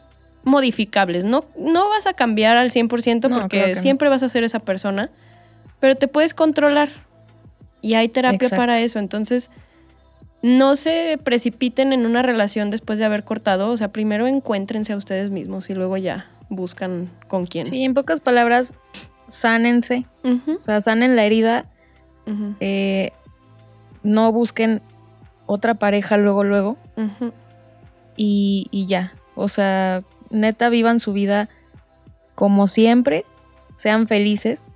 Speaker 3: modificables. No, no vas a cambiar al 100%
Speaker 2: No,
Speaker 3: porque
Speaker 2: claro que no.
Speaker 3: siempre vas a ser esa persona, pero te puedes controlar. Y hay terapia
Speaker 2: Exacto.
Speaker 3: para eso. Entonces, no se precipiten en una relación después de haber cortado. O sea, primero encuéntrense a ustedes mismos y luego ya buscan con quién.
Speaker 2: Sí, en pocas palabras, sánense.
Speaker 3: Ujú,
Speaker 2: O sea, sanen la herida.
Speaker 3: ujú,
Speaker 2: eh, no busquen otra pareja luego, luego.
Speaker 3: ujú.
Speaker 2: Y, y ya. O sea, neta, vivan su vida como siempre. Sean felices.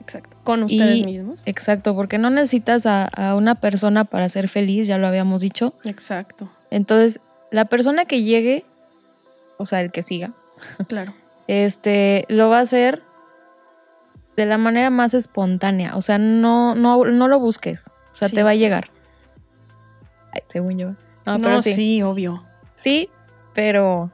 Speaker 3: Exacto. Con ustedes
Speaker 2: Y-
Speaker 3: mismos.
Speaker 2: Exacto, porque no necesitas a, a una persona para ser feliz, ya lo habíamos dicho.
Speaker 3: Exacto.
Speaker 2: Entonces, la persona que llegue, o sea, el que siga,
Speaker 3: Claro.
Speaker 2: este, lo va a hacer de la manera más espontánea. O sea, no, no, no lo busques. O sea,
Speaker 3: Sí.
Speaker 2: te va a llegar. Ay, según yo. No,
Speaker 3: No,
Speaker 2: Ah, pero
Speaker 3: sí.
Speaker 2: sí. sí.
Speaker 3: obvio.
Speaker 2: pero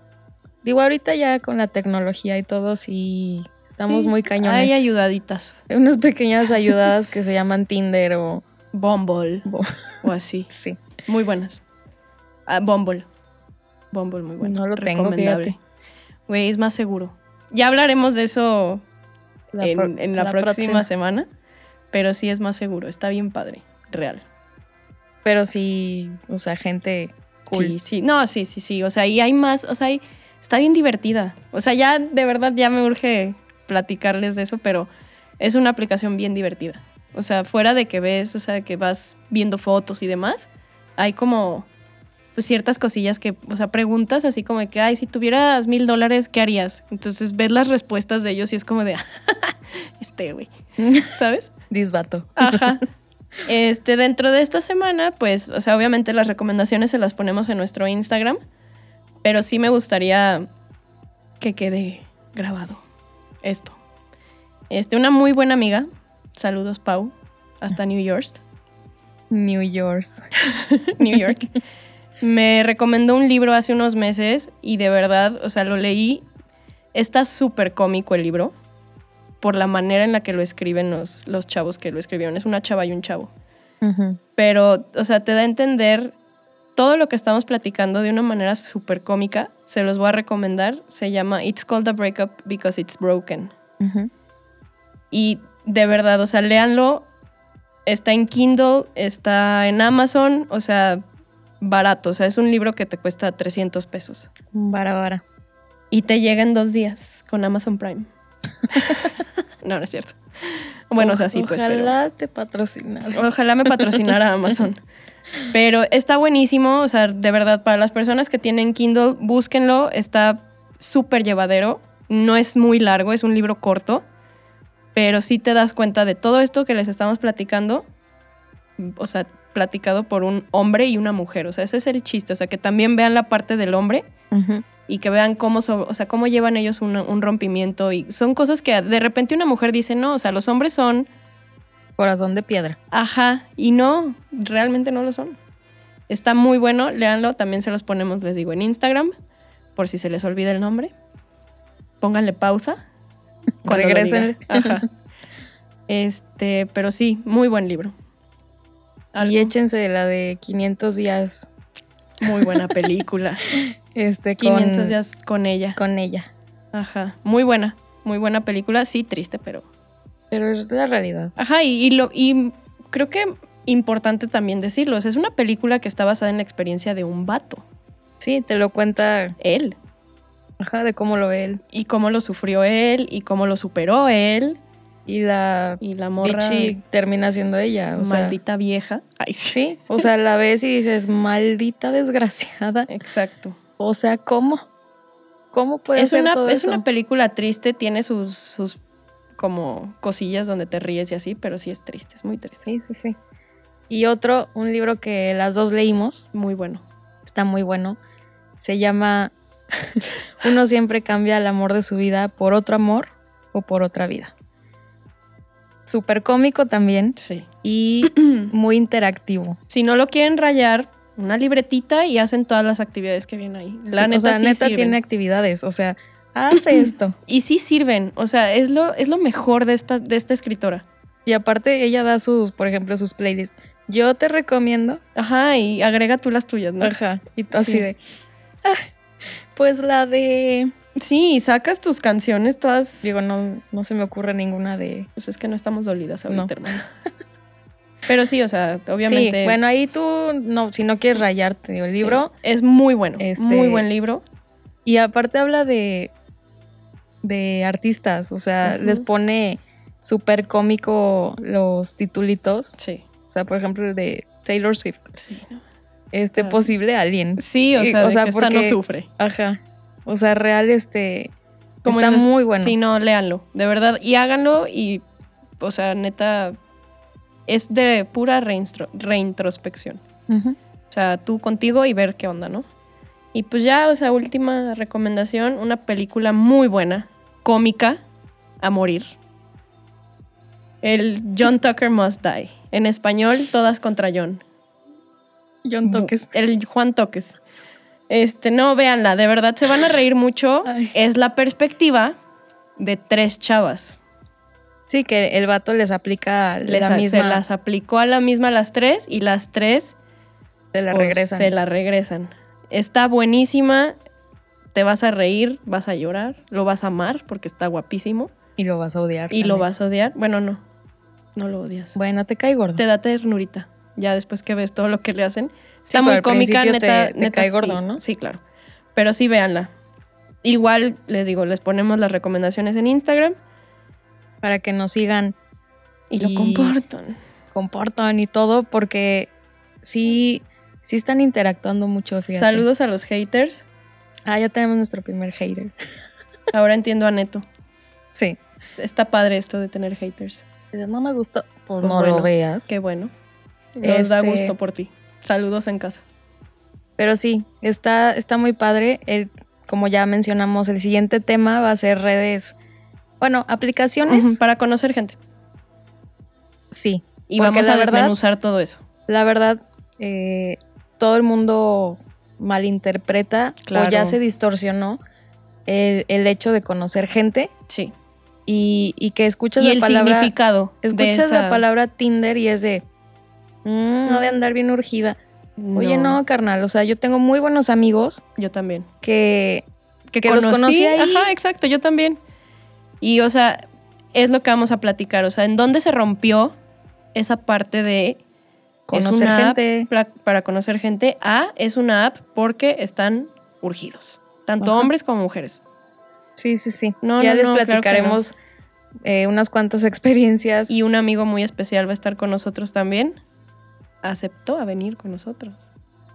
Speaker 2: digo, ahorita ya con la tecnología y todo, sí, estamos
Speaker 3: Sí,
Speaker 2: muy cañones.
Speaker 3: Hay ayudaditas.
Speaker 2: Hay unas pequeñas ayudadas que se llaman Tinder o...
Speaker 3: Bumble
Speaker 2: Bo-
Speaker 3: o así.
Speaker 2: Sí.
Speaker 3: Muy buenas. Ah, Bumble. Bumble, muy bueno.
Speaker 2: No lo tengo,
Speaker 3: Recomendable. Güey, es más seguro. Ya hablaremos de eso en,
Speaker 2: pro-
Speaker 3: en la, próxima, semana. Pero sí es más seguro. Está bien padre. Real.
Speaker 2: Pero sí, o sea, gente cool.
Speaker 3: Sí, sí. No, sí, sí, sí. O sea, y hay más. O sea, hay- está bien divertida. O sea, ya de verdad ya me urge platicarles de eso, pero es una aplicación bien divertida. O sea, fuera de que ves, o sea, que vas viendo fotos y demás, hay como pues, ciertas cosillas que, o sea, preguntas así como de que, ay, si tuvieras mil dólares, ¿qué harías? Entonces ves las respuestas de ellos y es como de, este güey, ¿sabes?
Speaker 2: Disbato.
Speaker 3: Ajá. Este, dentro de esta semana, pues, o sea, obviamente las recomendaciones se las ponemos en nuestro Instagram, pero sí me gustaría que quede grabado esto. Este, una muy buena amiga, saludos Pau, hasta New York,
Speaker 2: New York.
Speaker 3: New York, me recomendó un libro hace unos meses y de verdad, o sea, lo leí, está súper cómico el libro por la manera en la que lo escriben los, los chavos que lo escribieron, es una chava y un chavo. pero, o sea, te da a entender todo lo que estamos platicando de una manera súper cómica. Se los voy a recomendar. Se llama It's Called a Breakup Because It's Broken. Y de verdad, o sea, léanlo. Está en Kindle, está en Amazon, o sea, barato. O sea, es un libro que te cuesta 300 pesos.
Speaker 2: Vara, vara.
Speaker 3: Y te llega en dos días con Amazon Prime. no, no es cierto. Bueno, o sea, sí, pues. pero-
Speaker 2: Ojalá te patrocinaran.
Speaker 3: Ojalá me patrocinara Amazon. Pero está buenísimo, o sea, de verdad, para las personas que tienen Kindle, búsquenlo, está súper llevadero, no es muy largo, es un libro corto, pero sí te das cuenta de todo esto que les estamos platicando, o sea, platicado por un hombre y una mujer, o sea, ese es el chiste, o sea, que también vean la parte del hombre y que vean cómo, so- o sea, cómo llevan ellos un, un rompimiento y son cosas que de repente una mujer dice, no, o sea, los hombres son
Speaker 2: Corazón de piedra.
Speaker 3: Ajá, y no, realmente no lo son. Está muy bueno, léanlo, también se los ponemos, les digo, en Instagram, por si se les olvida el nombre. Pónganle pausa. cuando lo diga.
Speaker 2: Regrésenle.
Speaker 3: Ajá. Este, pero sí, muy buen libro.
Speaker 2: Y
Speaker 3: Algo-
Speaker 2: échense la de 500 días
Speaker 3: muy buena película.
Speaker 2: este, con,
Speaker 3: 500 días con ella.
Speaker 2: con ella.
Speaker 3: Ajá, muy buena, muy buena película, sí, triste, pero...
Speaker 2: Pero es la realidad.
Speaker 3: Ajá, y, y lo, y creo que importante también decirlo, o sea, es una película que está basada en la experiencia de un vato,
Speaker 2: Sí, te lo cuenta
Speaker 3: él.
Speaker 2: ajá, de cómo lo ve él.
Speaker 3: y cómo lo sufrió él y cómo lo superó él
Speaker 2: Y la
Speaker 3: Y la morra,
Speaker 2: bichi termina siendo ella. O sea,
Speaker 3: maldita vieja. Ay, sí.
Speaker 2: sí. O sea, la ves y dices, maldita desgraciada.
Speaker 3: Exacto.
Speaker 2: O sea, ¿cómo? ¿Cómo puede
Speaker 3: Es
Speaker 2: ser todo
Speaker 3: una, es
Speaker 2: eso?
Speaker 3: una película triste, tiene sus, sus como cosillas donde te ríes y así, pero sí es triste, es muy triste.
Speaker 2: Sí, sí, sí. Y otro, un libro que las dos leímos,
Speaker 3: Muy bueno.
Speaker 2: está muy bueno. Se llama Uno siempre cambia el amor de su vida por otro amor o por otra vida. Súper cómico también
Speaker 3: Sí.
Speaker 2: y muy interactivo.
Speaker 3: Si no lo quieren rayar, una libretita y hacen todas las actividades que vienen ahí. La
Speaker 2: Sí,
Speaker 3: neta,
Speaker 2: o sea,
Speaker 3: sí
Speaker 2: neta
Speaker 3: sirven.
Speaker 2: tiene actividades. O sea, hace esto.
Speaker 3: Y sí sirven. O sea, es lo, es lo mejor de esta, de esta escritora.
Speaker 2: Y aparte, ella da sus, por ejemplo, sus playlists. Yo te recomiendo
Speaker 3: Ajá, y agrega tú las tuyas, ¿no?
Speaker 2: Ajá. Y tú así
Speaker 3: Sí.
Speaker 2: de. "Ah, pues la de.
Speaker 3: Sí, y sacas tus canciones todas.
Speaker 2: Digo, no, no se me ocurre ninguna de.
Speaker 3: pues es que no estamos dolidas ahorita,
Speaker 2: No.
Speaker 3: hermano. Pero sí, o sea, obviamente.
Speaker 2: Sí, bueno, ahí tú, no, si no quieres rayarte, digo, el
Speaker 3: sí,
Speaker 2: libro.
Speaker 3: es muy bueno.
Speaker 2: Este-
Speaker 3: Muy buen libro.
Speaker 2: Y aparte habla de. de artistas. O sea,
Speaker 3: Ujú.
Speaker 2: les pone súper cómico los titulitos.
Speaker 3: Sí.
Speaker 2: O sea, por ejemplo, el de Taylor Swift.
Speaker 3: Sí, ¿no?
Speaker 2: Este
Speaker 3: Está-
Speaker 2: posible alien.
Speaker 3: Sí, o
Speaker 2: Y-
Speaker 3: sea,
Speaker 2: o
Speaker 3: de
Speaker 2: sea,
Speaker 3: que esta no
Speaker 2: porque-
Speaker 3: sufre.
Speaker 2: Ajá. O sea, real, este.
Speaker 3: Como
Speaker 2: está
Speaker 3: en los-
Speaker 2: muy bueno.
Speaker 3: Sí, no, léanlo, de verdad. Y háganlo y, o sea, neta, es de pura reinstro- reintrospección.
Speaker 2: Ujú.
Speaker 3: O sea, tú contigo y ver qué onda, ¿no? Y pues ya, o sea, última recomendación, una película muy buena, cómica, a morir. El John Tucker Must Die. En español, todas contra John.
Speaker 2: John Toques.
Speaker 3: El Juan Toques. Este, no, véanla, de verdad se van a reír mucho.
Speaker 2: Ay.
Speaker 3: Es la perspectiva de tres chavas.
Speaker 2: Sí, que el vato les aplica
Speaker 3: Les
Speaker 2: la
Speaker 3: a-
Speaker 2: misma.
Speaker 3: Se las aplicó a la misma las tres y las tres
Speaker 2: se la
Speaker 3: pues,
Speaker 2: regresan.
Speaker 3: se la regresan. Está buenísima, te vas a reír, vas a llorar, lo vas a amar porque está guapísimo
Speaker 2: Y lo vas a odiar.
Speaker 3: y lo
Speaker 2: también.
Speaker 3: vas a odiar. Bueno, no, no lo odias.
Speaker 2: Bueno, te cae gordo.
Speaker 3: Te da ternurita, ya después que ves todo lo que le hacen.
Speaker 2: Sí,
Speaker 3: Está
Speaker 2: pero
Speaker 3: muy
Speaker 2: al
Speaker 3: cómica,
Speaker 2: principio
Speaker 3: neta.
Speaker 2: te- te
Speaker 3: neta,
Speaker 2: cae
Speaker 3: sí.
Speaker 2: gordo, ¿no?
Speaker 3: Sí, claro. Pero sí, véanla. Igual les digo, les ponemos las recomendaciones en Instagram
Speaker 2: Para que nos sigan,
Speaker 3: y, lo
Speaker 2: Y-
Speaker 3: compartan.
Speaker 2: comportan y todo, porque sí, sí están interactuando mucho, fíjate.
Speaker 3: Saludos a los haters.
Speaker 2: Ah, ya tenemos nuestro primer hater.
Speaker 3: Ahora entiendo a Neto.
Speaker 2: Sí.
Speaker 3: Está padre esto de tener haters.
Speaker 2: No me gustó. Pues
Speaker 3: Pues
Speaker 2: no
Speaker 3: bueno.
Speaker 2: lo veas.
Speaker 3: Qué bueno. Nos da
Speaker 2: Este-
Speaker 3: gusto por ti. Saludos en casa.
Speaker 2: Pero sí, está, está muy padre. El, como ya mencionamos, el siguiente tema va a ser redes. Bueno, aplicaciones.
Speaker 3: Ujú, Para conocer gente.
Speaker 2: Sí.
Speaker 3: Y
Speaker 2: Porque
Speaker 3: vamos
Speaker 2: la
Speaker 3: a
Speaker 2: verdad-
Speaker 3: desmenuzar todo eso.
Speaker 2: La verdad, eh, todo el mundo malinterpreta o
Speaker 3: Claro.
Speaker 2: ya se distorsionó el, el hecho de conocer gente
Speaker 3: Sí.
Speaker 2: y, y que escuchas
Speaker 3: y
Speaker 2: la
Speaker 3: el
Speaker 2: palabra.
Speaker 3: significado. de
Speaker 2: Escuchas
Speaker 3: esa-
Speaker 2: la palabra Tinder y es de. "Mm, no de andar bien urgida. Oye, no, carnal. O sea, yo tengo muy buenos amigos
Speaker 3: Yo también.
Speaker 2: que. Que los conocí ahí.
Speaker 3: Ajá, exacto, yo también. Y, o sea, es lo que vamos a platicar. O sea, ¿en dónde se rompió esa parte de es
Speaker 2: Conocer
Speaker 3: una app
Speaker 2: gente.
Speaker 3: pla- para conocer gente? A, es una app porque están urgidos. Tanto
Speaker 2: Ajá.
Speaker 3: hombres como mujeres.
Speaker 2: Sí, sí, sí.
Speaker 3: No,
Speaker 2: ya
Speaker 3: no,
Speaker 2: les
Speaker 3: no, claro que no.
Speaker 2: platicaremos eh, unas cuantas experiencias.
Speaker 3: Y un amigo muy especial va a estar con nosotros también. Aceptó a venir con nosotros.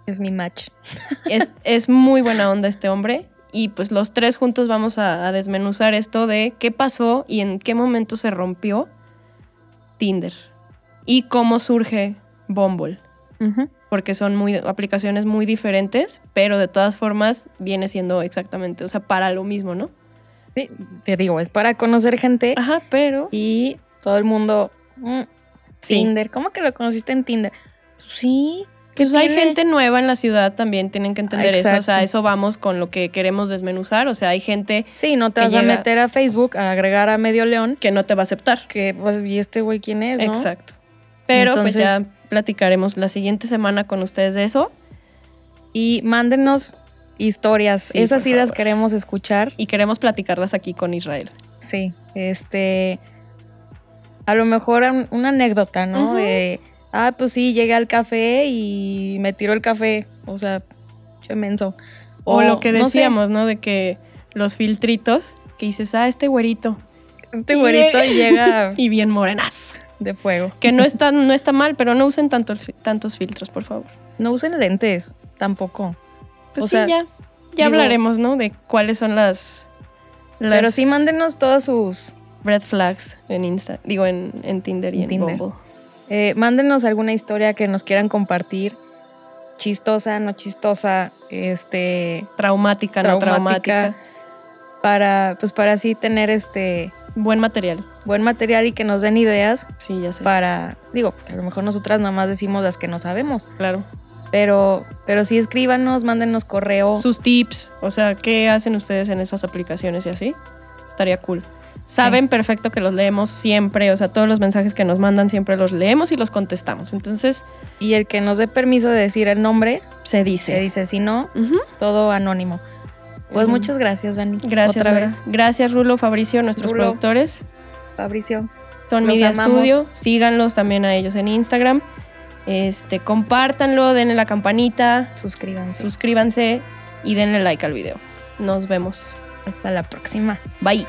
Speaker 2: es mi match.
Speaker 3: es, es muy buena onda este hombre. Y pues los tres juntos vamos a, a desmenuzar esto de qué pasó y en qué momento se rompió Tinder. Y cómo surge Bumble. Porque son muy, aplicaciones muy diferentes, pero de todas formas viene siendo exactamente, o sea, para lo mismo, ¿no?
Speaker 2: Sí, te digo, es para conocer gente.
Speaker 3: Ajá, pero...
Speaker 2: Y todo el mundo. "Mm,
Speaker 3: Sí.
Speaker 2: Tinder. ¿Cómo que lo conociste en Tinder? Pues sí. ¿qué
Speaker 3: Pues hay
Speaker 2: tiene?
Speaker 3: gente nueva en la ciudad también, tienen que entender eso. O sea,
Speaker 2: Exacto.
Speaker 3: eso vamos con lo que queremos desmenuzar. O sea, hay gente
Speaker 2: Sí, no te
Speaker 3: que
Speaker 2: vas a
Speaker 3: llega-
Speaker 2: meter a Facebook a agregar a Medio León.
Speaker 3: que no te va a aceptar.
Speaker 2: Que, pues, ¿y este güey quién es? no?
Speaker 3: Exacto. Pero pues
Speaker 2: Entonces-
Speaker 3: ya platicaremos la siguiente semana con ustedes de eso
Speaker 2: Y mándenos historias.
Speaker 3: Sí,
Speaker 2: Esas
Speaker 3: por
Speaker 2: sí las
Speaker 3: favor.
Speaker 2: queremos escuchar.
Speaker 3: y queremos platicarlas aquí con Israel.
Speaker 2: Sí. Este. A lo mejor un- una anécdota, ¿no?
Speaker 3: Ujú.
Speaker 2: De, ah, pues sí, llegué al café y me tiró el café. O sea, che menso.
Speaker 3: O, lo que
Speaker 2: no sé.
Speaker 3: decíamos, ¿no? De que los filtritos que dices, ah, este güerito.
Speaker 2: Este güerito llega
Speaker 3: Y bien morenas.
Speaker 2: de fuego.
Speaker 3: Que no está, no está mal, pero no usen tanto el fi- tantos filtros, por favor.
Speaker 2: No usen lentes tampoco.
Speaker 3: Pues
Speaker 2: O
Speaker 3: sí,
Speaker 2: sea,
Speaker 3: ya.
Speaker 2: digo-
Speaker 3: Ya hablaremos, ¿no? De cuáles son las. las
Speaker 2: Pero sí mándenos todas sus.
Speaker 3: Red flags en Insta. Digo, en, en Tinder y
Speaker 2: En
Speaker 3: en
Speaker 2: Tinder.
Speaker 3: Bumble.
Speaker 2: eh, mándenos alguna historia que nos quieran compartir. Chistosa, no chistosa. Este.
Speaker 3: Traumática, no
Speaker 2: Traumática.
Speaker 3: traumática.
Speaker 2: Para. Pues para así tener este.
Speaker 3: Buen material.
Speaker 2: Buen material y que nos den ideas
Speaker 3: Sí, ya sé.
Speaker 2: para. Digo, a lo mejor nosotras nada más decimos las que no sabemos.
Speaker 3: claro.
Speaker 2: Pero. Pero sí escríbanos, mándenos correo.
Speaker 3: Sus tips. O sea, ¿qué hacen ustedes en esas aplicaciones y así? Estaría cool. Saben perfecto que los leemos siempre. O sea, todos los mensajes que nos mandan siempre los leemos y los contestamos. Entonces,
Speaker 2: Y el que nos dé permiso de decir el nombre,
Speaker 3: se dice.
Speaker 2: se dice. Si no,
Speaker 3: Ujú.
Speaker 2: todo anónimo. Pues
Speaker 3: Ujú.
Speaker 2: muchas gracias, Dani.
Speaker 3: Gracias,
Speaker 2: Otra
Speaker 3: Nora.
Speaker 2: vez,
Speaker 3: Gracias, Rulo, Fabricio, nuestros
Speaker 2: Rulo.
Speaker 3: productores.
Speaker 2: Fabricio.
Speaker 3: Son
Speaker 2: Los
Speaker 3: Media
Speaker 2: amamos.
Speaker 3: Studio. Síganlos también a ellos en Instagram. Este, compártanlo, denle la campanita,
Speaker 2: Suscríbanse.
Speaker 3: suscríbanse y denle like al video. Nos vemos.
Speaker 2: Hasta la próxima.
Speaker 3: Bye.